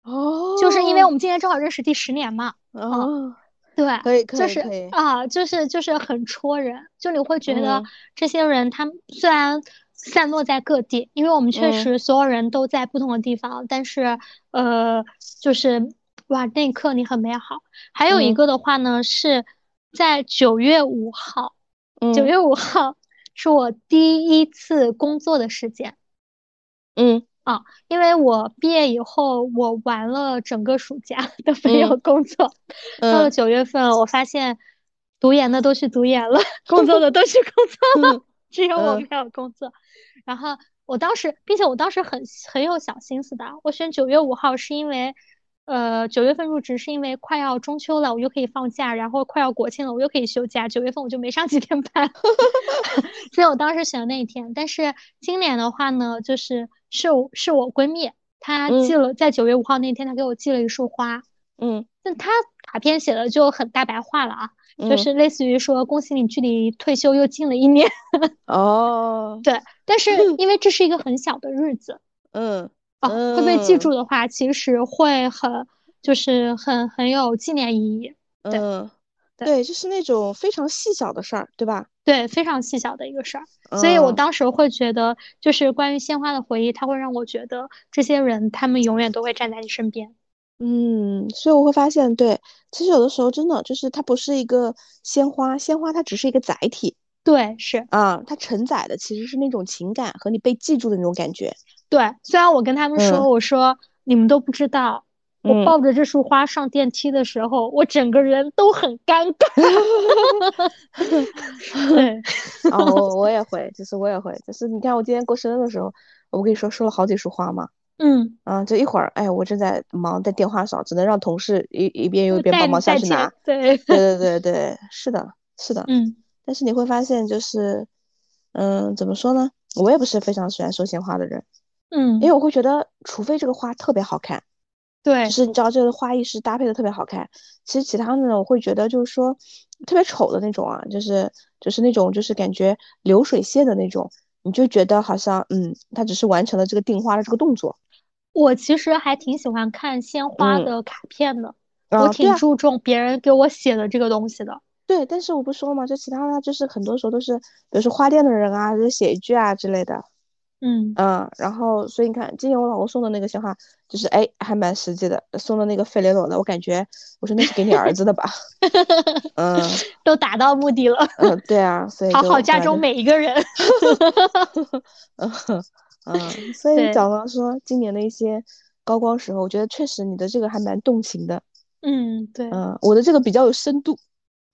[SPEAKER 2] 哦，
[SPEAKER 1] 就是因为我们今年正好认识第十年嘛。
[SPEAKER 2] 哦，
[SPEAKER 1] 对，
[SPEAKER 2] 可以可以
[SPEAKER 1] 就
[SPEAKER 2] 可
[SPEAKER 1] 是
[SPEAKER 2] 以
[SPEAKER 1] 啊，就是就是很戳人，就你会觉得
[SPEAKER 2] 嗯
[SPEAKER 1] 这些人他们虽然散落在各地，因为我们确
[SPEAKER 2] 嗯
[SPEAKER 1] 实所有人都在不同的地方，但是呃，就是哇，那一刻你很美好。还有一
[SPEAKER 2] 嗯
[SPEAKER 1] 个的话呢，是在九月五号，九
[SPEAKER 2] 嗯
[SPEAKER 1] 月五号是我第一次工作的时间。
[SPEAKER 2] 嗯
[SPEAKER 1] 因为我毕业以后，我玩了整个暑假 都没有工作，到了
[SPEAKER 2] 嗯
[SPEAKER 1] 九月份，我发现读研的都去读研了， 工作的都去工作 了，只有我
[SPEAKER 2] 嗯
[SPEAKER 1] 没有工作。然后我当时，并且我当时很很有小心思的，我选九月五号是因为，呃，九月份入职是因为快要中秋了，我就可以放假，然后快要国庆了，我又可以休假，九月份我就没上几天班， 所以我当时选的那一天。但是今年的话呢，就是是我是我闺蜜，她
[SPEAKER 2] 嗯
[SPEAKER 1] 寄了在九月五号那天，她给我寄了一束花。
[SPEAKER 2] 嗯
[SPEAKER 1] 那他卡片写的就很大白话了啊，
[SPEAKER 2] 嗯，
[SPEAKER 1] 就是类似于说恭喜你距离退休又近了一年，
[SPEAKER 2] 哦，
[SPEAKER 1] 对，但是因为这是一个很小的日子
[SPEAKER 2] 嗯
[SPEAKER 1] 啊，会被记
[SPEAKER 2] 嗯
[SPEAKER 1] 住的话，其实会很就是很很有纪念意义，对
[SPEAKER 2] 嗯，
[SPEAKER 1] 对
[SPEAKER 2] 对，就是那种非常细小的事儿，对吧？
[SPEAKER 1] 对，非常细小的一个事儿。所以我
[SPEAKER 2] 嗯
[SPEAKER 1] 当时会觉得，就是关于鲜花的回忆，它会让我觉得这些人他们永远都会站在你身边。
[SPEAKER 2] 嗯，所以我会发现，对，其实有的时候真的就是它不是一个鲜花，鲜花它只是一个载体
[SPEAKER 1] 对，是
[SPEAKER 2] 啊，它承载的其实是那种情感和你被记住的那种感 觉。
[SPEAKER 1] 对。虽然我跟他们说，
[SPEAKER 2] 嗯
[SPEAKER 1] 我说你们都不知道，我
[SPEAKER 2] 嗯
[SPEAKER 1] 抱着这束花上电梯的时候，我整个人都很尴尬。 对，
[SPEAKER 2] 啊，我我也会，就是我也会，就是你看我今天过生日的时候，我不跟你说收了好几束花嘛，
[SPEAKER 1] 嗯，
[SPEAKER 2] 啊，就一会儿，哎，我正在忙，在电话上，只能让同事一一边又一
[SPEAKER 1] 就
[SPEAKER 2] 边
[SPEAKER 1] 带
[SPEAKER 2] 帮忙下
[SPEAKER 1] 带
[SPEAKER 2] 去
[SPEAKER 1] 节
[SPEAKER 2] 拿。
[SPEAKER 1] 对，
[SPEAKER 2] 对对对对，是的，是的。
[SPEAKER 1] 嗯
[SPEAKER 2] 但是你会发现，就是，嗯，怎么说呢？我也不是非常喜欢收鲜花的人，
[SPEAKER 1] 嗯，
[SPEAKER 2] 因为我会觉得，除非这个花特别好看，
[SPEAKER 1] 对
[SPEAKER 2] 就，是你知道这个花艺师搭配的特别好看。其实其他的呢，我会觉得就是说特别丑的那种啊，就是就是那种就是感觉流水线的那种，你就觉得好像嗯，它只是完成了这个订花的这个动作。
[SPEAKER 1] 我其实还挺喜欢看鲜花
[SPEAKER 2] 嗯
[SPEAKER 1] 的卡片的，
[SPEAKER 2] 啊，
[SPEAKER 1] 我
[SPEAKER 2] 对
[SPEAKER 1] 挺
[SPEAKER 2] 啊，
[SPEAKER 1] 注重别人给我写的这个东西的。
[SPEAKER 2] 对，但是我不说嘛，就其他的就是很多时候都是，比如说花店的人啊，就写一句啊之类的。
[SPEAKER 1] 嗯，
[SPEAKER 2] 嗯，然后所以你看，今年我老公送的那个鲜花，就是哎，还蛮实际的，送的那个费雷罗的，我感觉我说那是给你儿 子的吧，嗯
[SPEAKER 1] 都达到目的了，
[SPEAKER 2] 嗯，对啊，所以
[SPEAKER 1] 好
[SPEAKER 2] 就
[SPEAKER 1] 好
[SPEAKER 2] 后
[SPEAKER 1] 家
[SPEAKER 2] 来
[SPEAKER 1] 中
[SPEAKER 2] 就，
[SPEAKER 1] 每一个人。
[SPEAKER 2] 嗯嗯，所以
[SPEAKER 1] 对
[SPEAKER 2] 讲到说今年的一些高光时候，我觉得确实你的这个还蛮动情的，
[SPEAKER 1] 嗯，对，
[SPEAKER 2] 嗯，我的这个比较有 深度，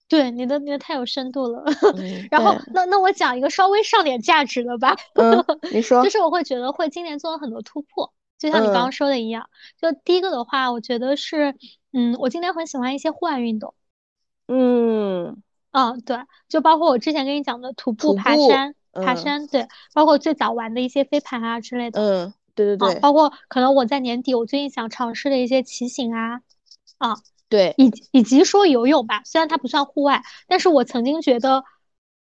[SPEAKER 1] 对，你的你的太有深度了。
[SPEAKER 2] 嗯，
[SPEAKER 1] 然后
[SPEAKER 2] 对，
[SPEAKER 1] 那那我讲一个稍微上点价值的吧。
[SPEAKER 2] 嗯，你说
[SPEAKER 1] 就，是我会觉得会今年做了很多突破，就像你刚刚
[SPEAKER 2] 嗯
[SPEAKER 1] 说的一样。就第一个的话，我觉得是，嗯，我今年很喜欢一些户外运动，
[SPEAKER 2] 嗯
[SPEAKER 1] 嗯，对，就包括我之前跟你讲的徒步、
[SPEAKER 2] 徒
[SPEAKER 1] 爬
[SPEAKER 2] 步
[SPEAKER 1] 山、爬
[SPEAKER 2] 嗯
[SPEAKER 1] 山，对，包括最早玩的一些飞盘啊之类的，
[SPEAKER 2] 嗯，对对
[SPEAKER 1] 啊，
[SPEAKER 2] 对
[SPEAKER 1] 包括可能我在年底我最近想尝试的一些骑行啊，
[SPEAKER 2] 对，
[SPEAKER 1] 以及以及说游泳吧，虽然它不算户外，但是我曾经觉得。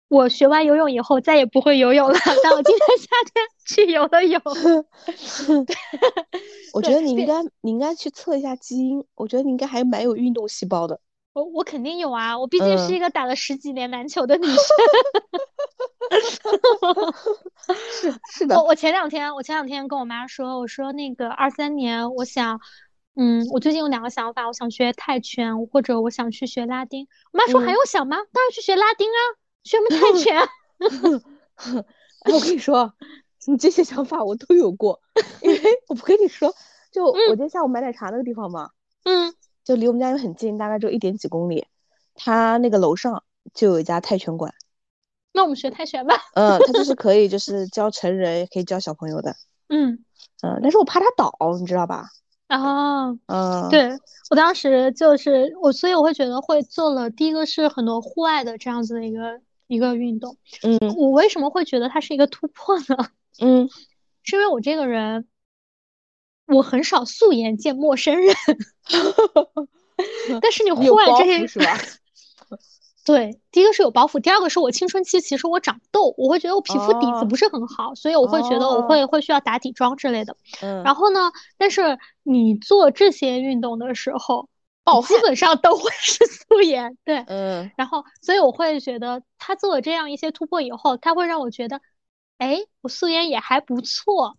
[SPEAKER 1] 我学完游泳以后再也不会游泳了， 但我今年夏天去游了泳。
[SPEAKER 2] 我觉
[SPEAKER 1] 对
[SPEAKER 2] 得你应
[SPEAKER 1] 并
[SPEAKER 2] 该你应该去测一下基因，我觉得你应该还蛮有运动细胞的。
[SPEAKER 1] 我我肯定有啊，我毕竟是
[SPEAKER 2] 嗯
[SPEAKER 1] 一个打了十几年篮球的女生。
[SPEAKER 2] 是是
[SPEAKER 1] 我
[SPEAKER 2] 的，
[SPEAKER 1] 我前两天我前两天跟我妈说，我说那个二三年，我想，嗯，我最近有两个想法，我想学泰拳，或者我想去学拉丁。我妈说还
[SPEAKER 2] 嗯
[SPEAKER 1] 用想吗？当然去学拉丁啊，学什么泰 拳啊？
[SPEAKER 2] 哎，我跟你说，你这些想法我都有过，因为我不跟你说，就我今天下午买奶茶那个地方嘛，
[SPEAKER 1] 嗯，
[SPEAKER 2] 就离我们家又很近，大概就一点几公里，它那个楼上就有一家泰 拳馆，呃
[SPEAKER 1] 那我们学泰拳吧。
[SPEAKER 2] 嗯，它就是可以就是教成人，也可以教小朋友的，
[SPEAKER 1] 嗯，
[SPEAKER 2] 嗯，但是我怕它倒，你知道吧？
[SPEAKER 1] 啊，
[SPEAKER 2] 嗯，，
[SPEAKER 1] 对，我当时就是我，所以我会觉得会做了第一个是很多户外的这样子的一个一个运动。
[SPEAKER 2] 嗯
[SPEAKER 1] 我为什么会觉得它是一个突破呢？
[SPEAKER 2] 嗯，
[SPEAKER 1] 是因为我这个人，我很少素颜见陌生 人，但是你
[SPEAKER 2] 你有
[SPEAKER 1] 户外
[SPEAKER 2] 包
[SPEAKER 1] 这些
[SPEAKER 2] 袱是 吧？
[SPEAKER 1] 对，第一个是有包袱，第二个是我青春期其实我长痘，我会觉得我皮肤底
[SPEAKER 2] 哦
[SPEAKER 1] 子不是很好，所以我会觉得我
[SPEAKER 2] 哦
[SPEAKER 1] 会会需要打底妆之类的。
[SPEAKER 2] 嗯，
[SPEAKER 1] 然后呢，但是你做这些运动的时候，
[SPEAKER 2] 暴
[SPEAKER 1] 基本上都会是素颜，对。
[SPEAKER 2] 嗯
[SPEAKER 1] 然后，所以我会觉得他做了这样一些突破以后，他会让我觉得，哎，我素颜也还不错，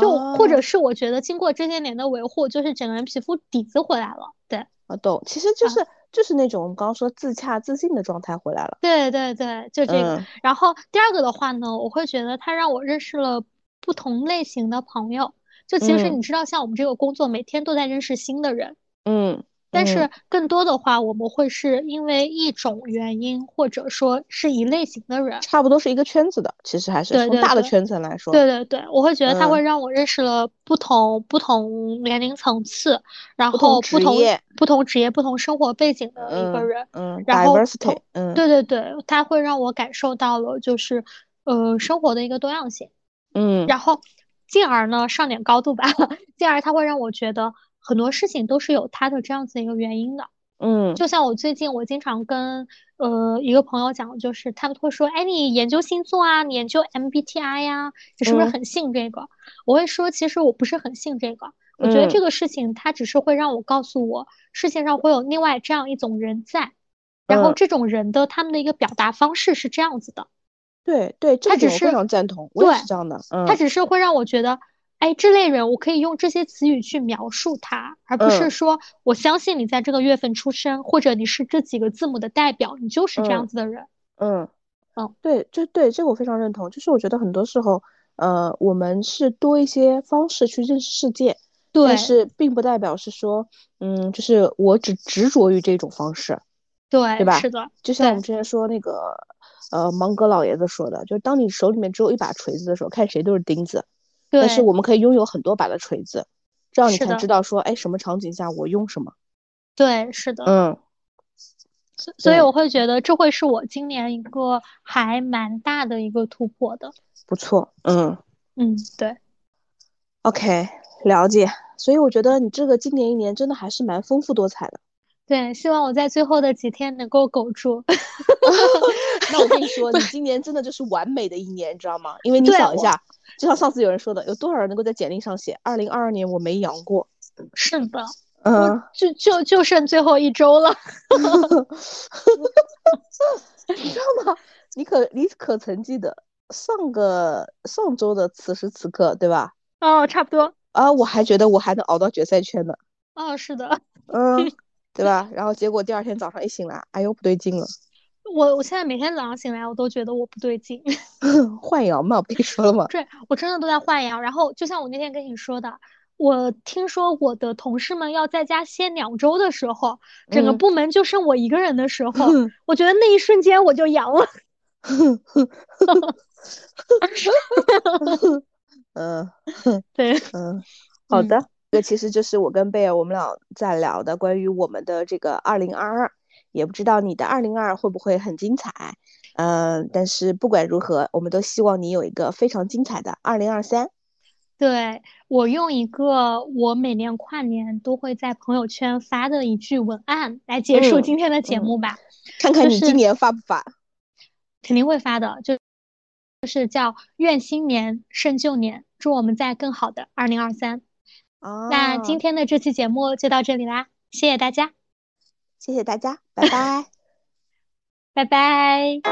[SPEAKER 1] 就或
[SPEAKER 2] 哦
[SPEAKER 1] 者是我觉得经过这些年的维护，就是整个人皮肤底子回来了，对。
[SPEAKER 2] 我懂，其实
[SPEAKER 1] 啊
[SPEAKER 2] 就是、就是那种我们刚刚说自洽自信的状态回来了。
[SPEAKER 1] 对对对，就这个。
[SPEAKER 2] 嗯
[SPEAKER 1] 然后第二个的话呢，我会觉得它让我认识了不同类型的朋友。就其实
[SPEAKER 2] 嗯
[SPEAKER 1] 你知道，像我们这个工作，每天都在认识新的人，
[SPEAKER 2] 嗯，
[SPEAKER 1] 但
[SPEAKER 2] 嗯
[SPEAKER 1] 是更多的话，我们会是因为一种原因，或者说是一类型的人。
[SPEAKER 2] 差不多是一个圈子的，其实还是
[SPEAKER 1] 对
[SPEAKER 2] 从
[SPEAKER 1] 对
[SPEAKER 2] 大的
[SPEAKER 1] 对
[SPEAKER 2] 圈层来说，
[SPEAKER 1] 对对对，我会觉得它会
[SPEAKER 2] 嗯
[SPEAKER 1] 让我认识了不同不同年龄层次，然
[SPEAKER 2] 不同
[SPEAKER 1] 后
[SPEAKER 2] 职
[SPEAKER 1] 不同
[SPEAKER 2] 业
[SPEAKER 1] 不同职业、不同生活背景的一个人。
[SPEAKER 2] 嗯
[SPEAKER 1] 然后
[SPEAKER 2] ，diversity，
[SPEAKER 1] 同
[SPEAKER 2] 嗯，
[SPEAKER 1] 对对对，它会让我感受到了就是呃生活的一个多样性，
[SPEAKER 2] 嗯，
[SPEAKER 1] 然后进而呢上点高度吧， 进而它会让我觉得很多事情都是有它的这样子一个原因的。
[SPEAKER 2] 嗯，
[SPEAKER 1] 就像我最近我经常跟呃一个朋友讲，就是他们会说，哎，你研究星座啊，你研究 MBTI 呀、你是不是
[SPEAKER 2] 嗯
[SPEAKER 1] 很信这个？我会说，其实我不是很信这个。我
[SPEAKER 2] 嗯
[SPEAKER 1] 觉得这个事情，它只是会让我告诉我，世界上会有另外这样一种人在，然后
[SPEAKER 2] 嗯
[SPEAKER 1] 这种人的他们的一个表达方式是这样子的，
[SPEAKER 2] 对对，这
[SPEAKER 1] 他
[SPEAKER 2] 个
[SPEAKER 1] 只
[SPEAKER 2] 点我非
[SPEAKER 1] 是
[SPEAKER 2] 常赞同，我也
[SPEAKER 1] 对
[SPEAKER 2] 是这样的，
[SPEAKER 1] 它
[SPEAKER 2] 嗯
[SPEAKER 1] 只是会让我觉得，哎，这类人我可以用这些词语去描述他，而不是
[SPEAKER 2] 嗯
[SPEAKER 1] 说我相信你在这个月份出生，或者你是这几个字母的代表，你就是这样
[SPEAKER 2] 嗯
[SPEAKER 1] 子的人。
[SPEAKER 2] 嗯
[SPEAKER 1] 嗯，
[SPEAKER 2] 对，就对，这个我非常认同，就是我觉得很多时候，呃，我们是多一些方式去认识世界，
[SPEAKER 1] 对
[SPEAKER 2] 但是并不代表是说，嗯，就是我只执着于这种方式，
[SPEAKER 1] 对，
[SPEAKER 2] 对吧
[SPEAKER 1] 是的，
[SPEAKER 2] 就像我
[SPEAKER 1] 对
[SPEAKER 2] 们之前说那个，呃，芒格老爷子说的，就是当你手里面只有一把锤子的时候，看谁都是钉子。但是
[SPEAKER 1] 对
[SPEAKER 2] 我们可以拥有很多把的锤子，这样你
[SPEAKER 1] 是
[SPEAKER 2] 才
[SPEAKER 1] 的
[SPEAKER 2] 知道说，哎，什么场景下我用什么。
[SPEAKER 1] 对，是的。
[SPEAKER 2] 嗯
[SPEAKER 1] 所所以
[SPEAKER 2] 对
[SPEAKER 1] 我会觉得这会是我今年一个还蛮大的一个突破的。
[SPEAKER 2] 不错，嗯
[SPEAKER 1] 嗯，对，
[SPEAKER 2] ，OK，了解。所以我觉得你这个今年一年真的还是蛮丰富多彩的。
[SPEAKER 1] 对，希望我在最后的几天能够苟住。
[SPEAKER 2] 那我跟你说，你今年真的就是完美的一年，你知道吗？因为你
[SPEAKER 1] 对
[SPEAKER 2] 想一
[SPEAKER 1] 我
[SPEAKER 2] 下，就像上次有人说的，有多少人能够在简历上写二零二二年我没阳过？
[SPEAKER 1] 是的，
[SPEAKER 2] 嗯
[SPEAKER 1] 我， 就就就剩最后一周了。
[SPEAKER 2] 你知道吗？你可你可曾记得上个上周的此时此刻，对吧？
[SPEAKER 1] 哦，差不多。
[SPEAKER 2] 啊，我还觉得我还能熬到决赛圈呢。
[SPEAKER 1] 哦，是的，
[SPEAKER 2] 嗯，对吧？然后结果第二天早上一醒来，哎呦不对劲了，
[SPEAKER 1] 我我现在每天早上醒来，我都觉得我不对劲。
[SPEAKER 2] 换阳嘛，我跟你说了嘛。
[SPEAKER 1] 对，我真的都在换阳。然后就像我那天跟你说的，我听说我的同事们要在家歇两周的时候，整个
[SPEAKER 2] 嗯
[SPEAKER 1] 部门就剩我一个人的时候， 我觉得那一瞬间我就阳了。
[SPEAKER 2] 嗯
[SPEAKER 1] 对，
[SPEAKER 2] 嗯，好的，这其实就是我跟贝尔我们俩在聊的关于我们的这个二零二二，也不知道你的二零二二会不会很精彩。嗯，但是不管如何，我们都希望你有一个非常精彩的二零二三。
[SPEAKER 1] 对，我用一个我每年跨年都会在朋友圈发的一句文案来结束
[SPEAKER 2] 嗯
[SPEAKER 1] 今天的节
[SPEAKER 2] 嗯
[SPEAKER 1] 目吧，
[SPEAKER 2] 看看
[SPEAKER 1] 就
[SPEAKER 2] 你
[SPEAKER 1] 是
[SPEAKER 2] 今年发不发？
[SPEAKER 1] 肯定会发的，就就是叫愿新年胜旧年，祝我们在更好的二零二三。
[SPEAKER 2] 啊，
[SPEAKER 1] 那今天的这期节目就到这里啦，谢谢大家，
[SPEAKER 2] 谢谢大家，拜拜。
[SPEAKER 1] 拜拜。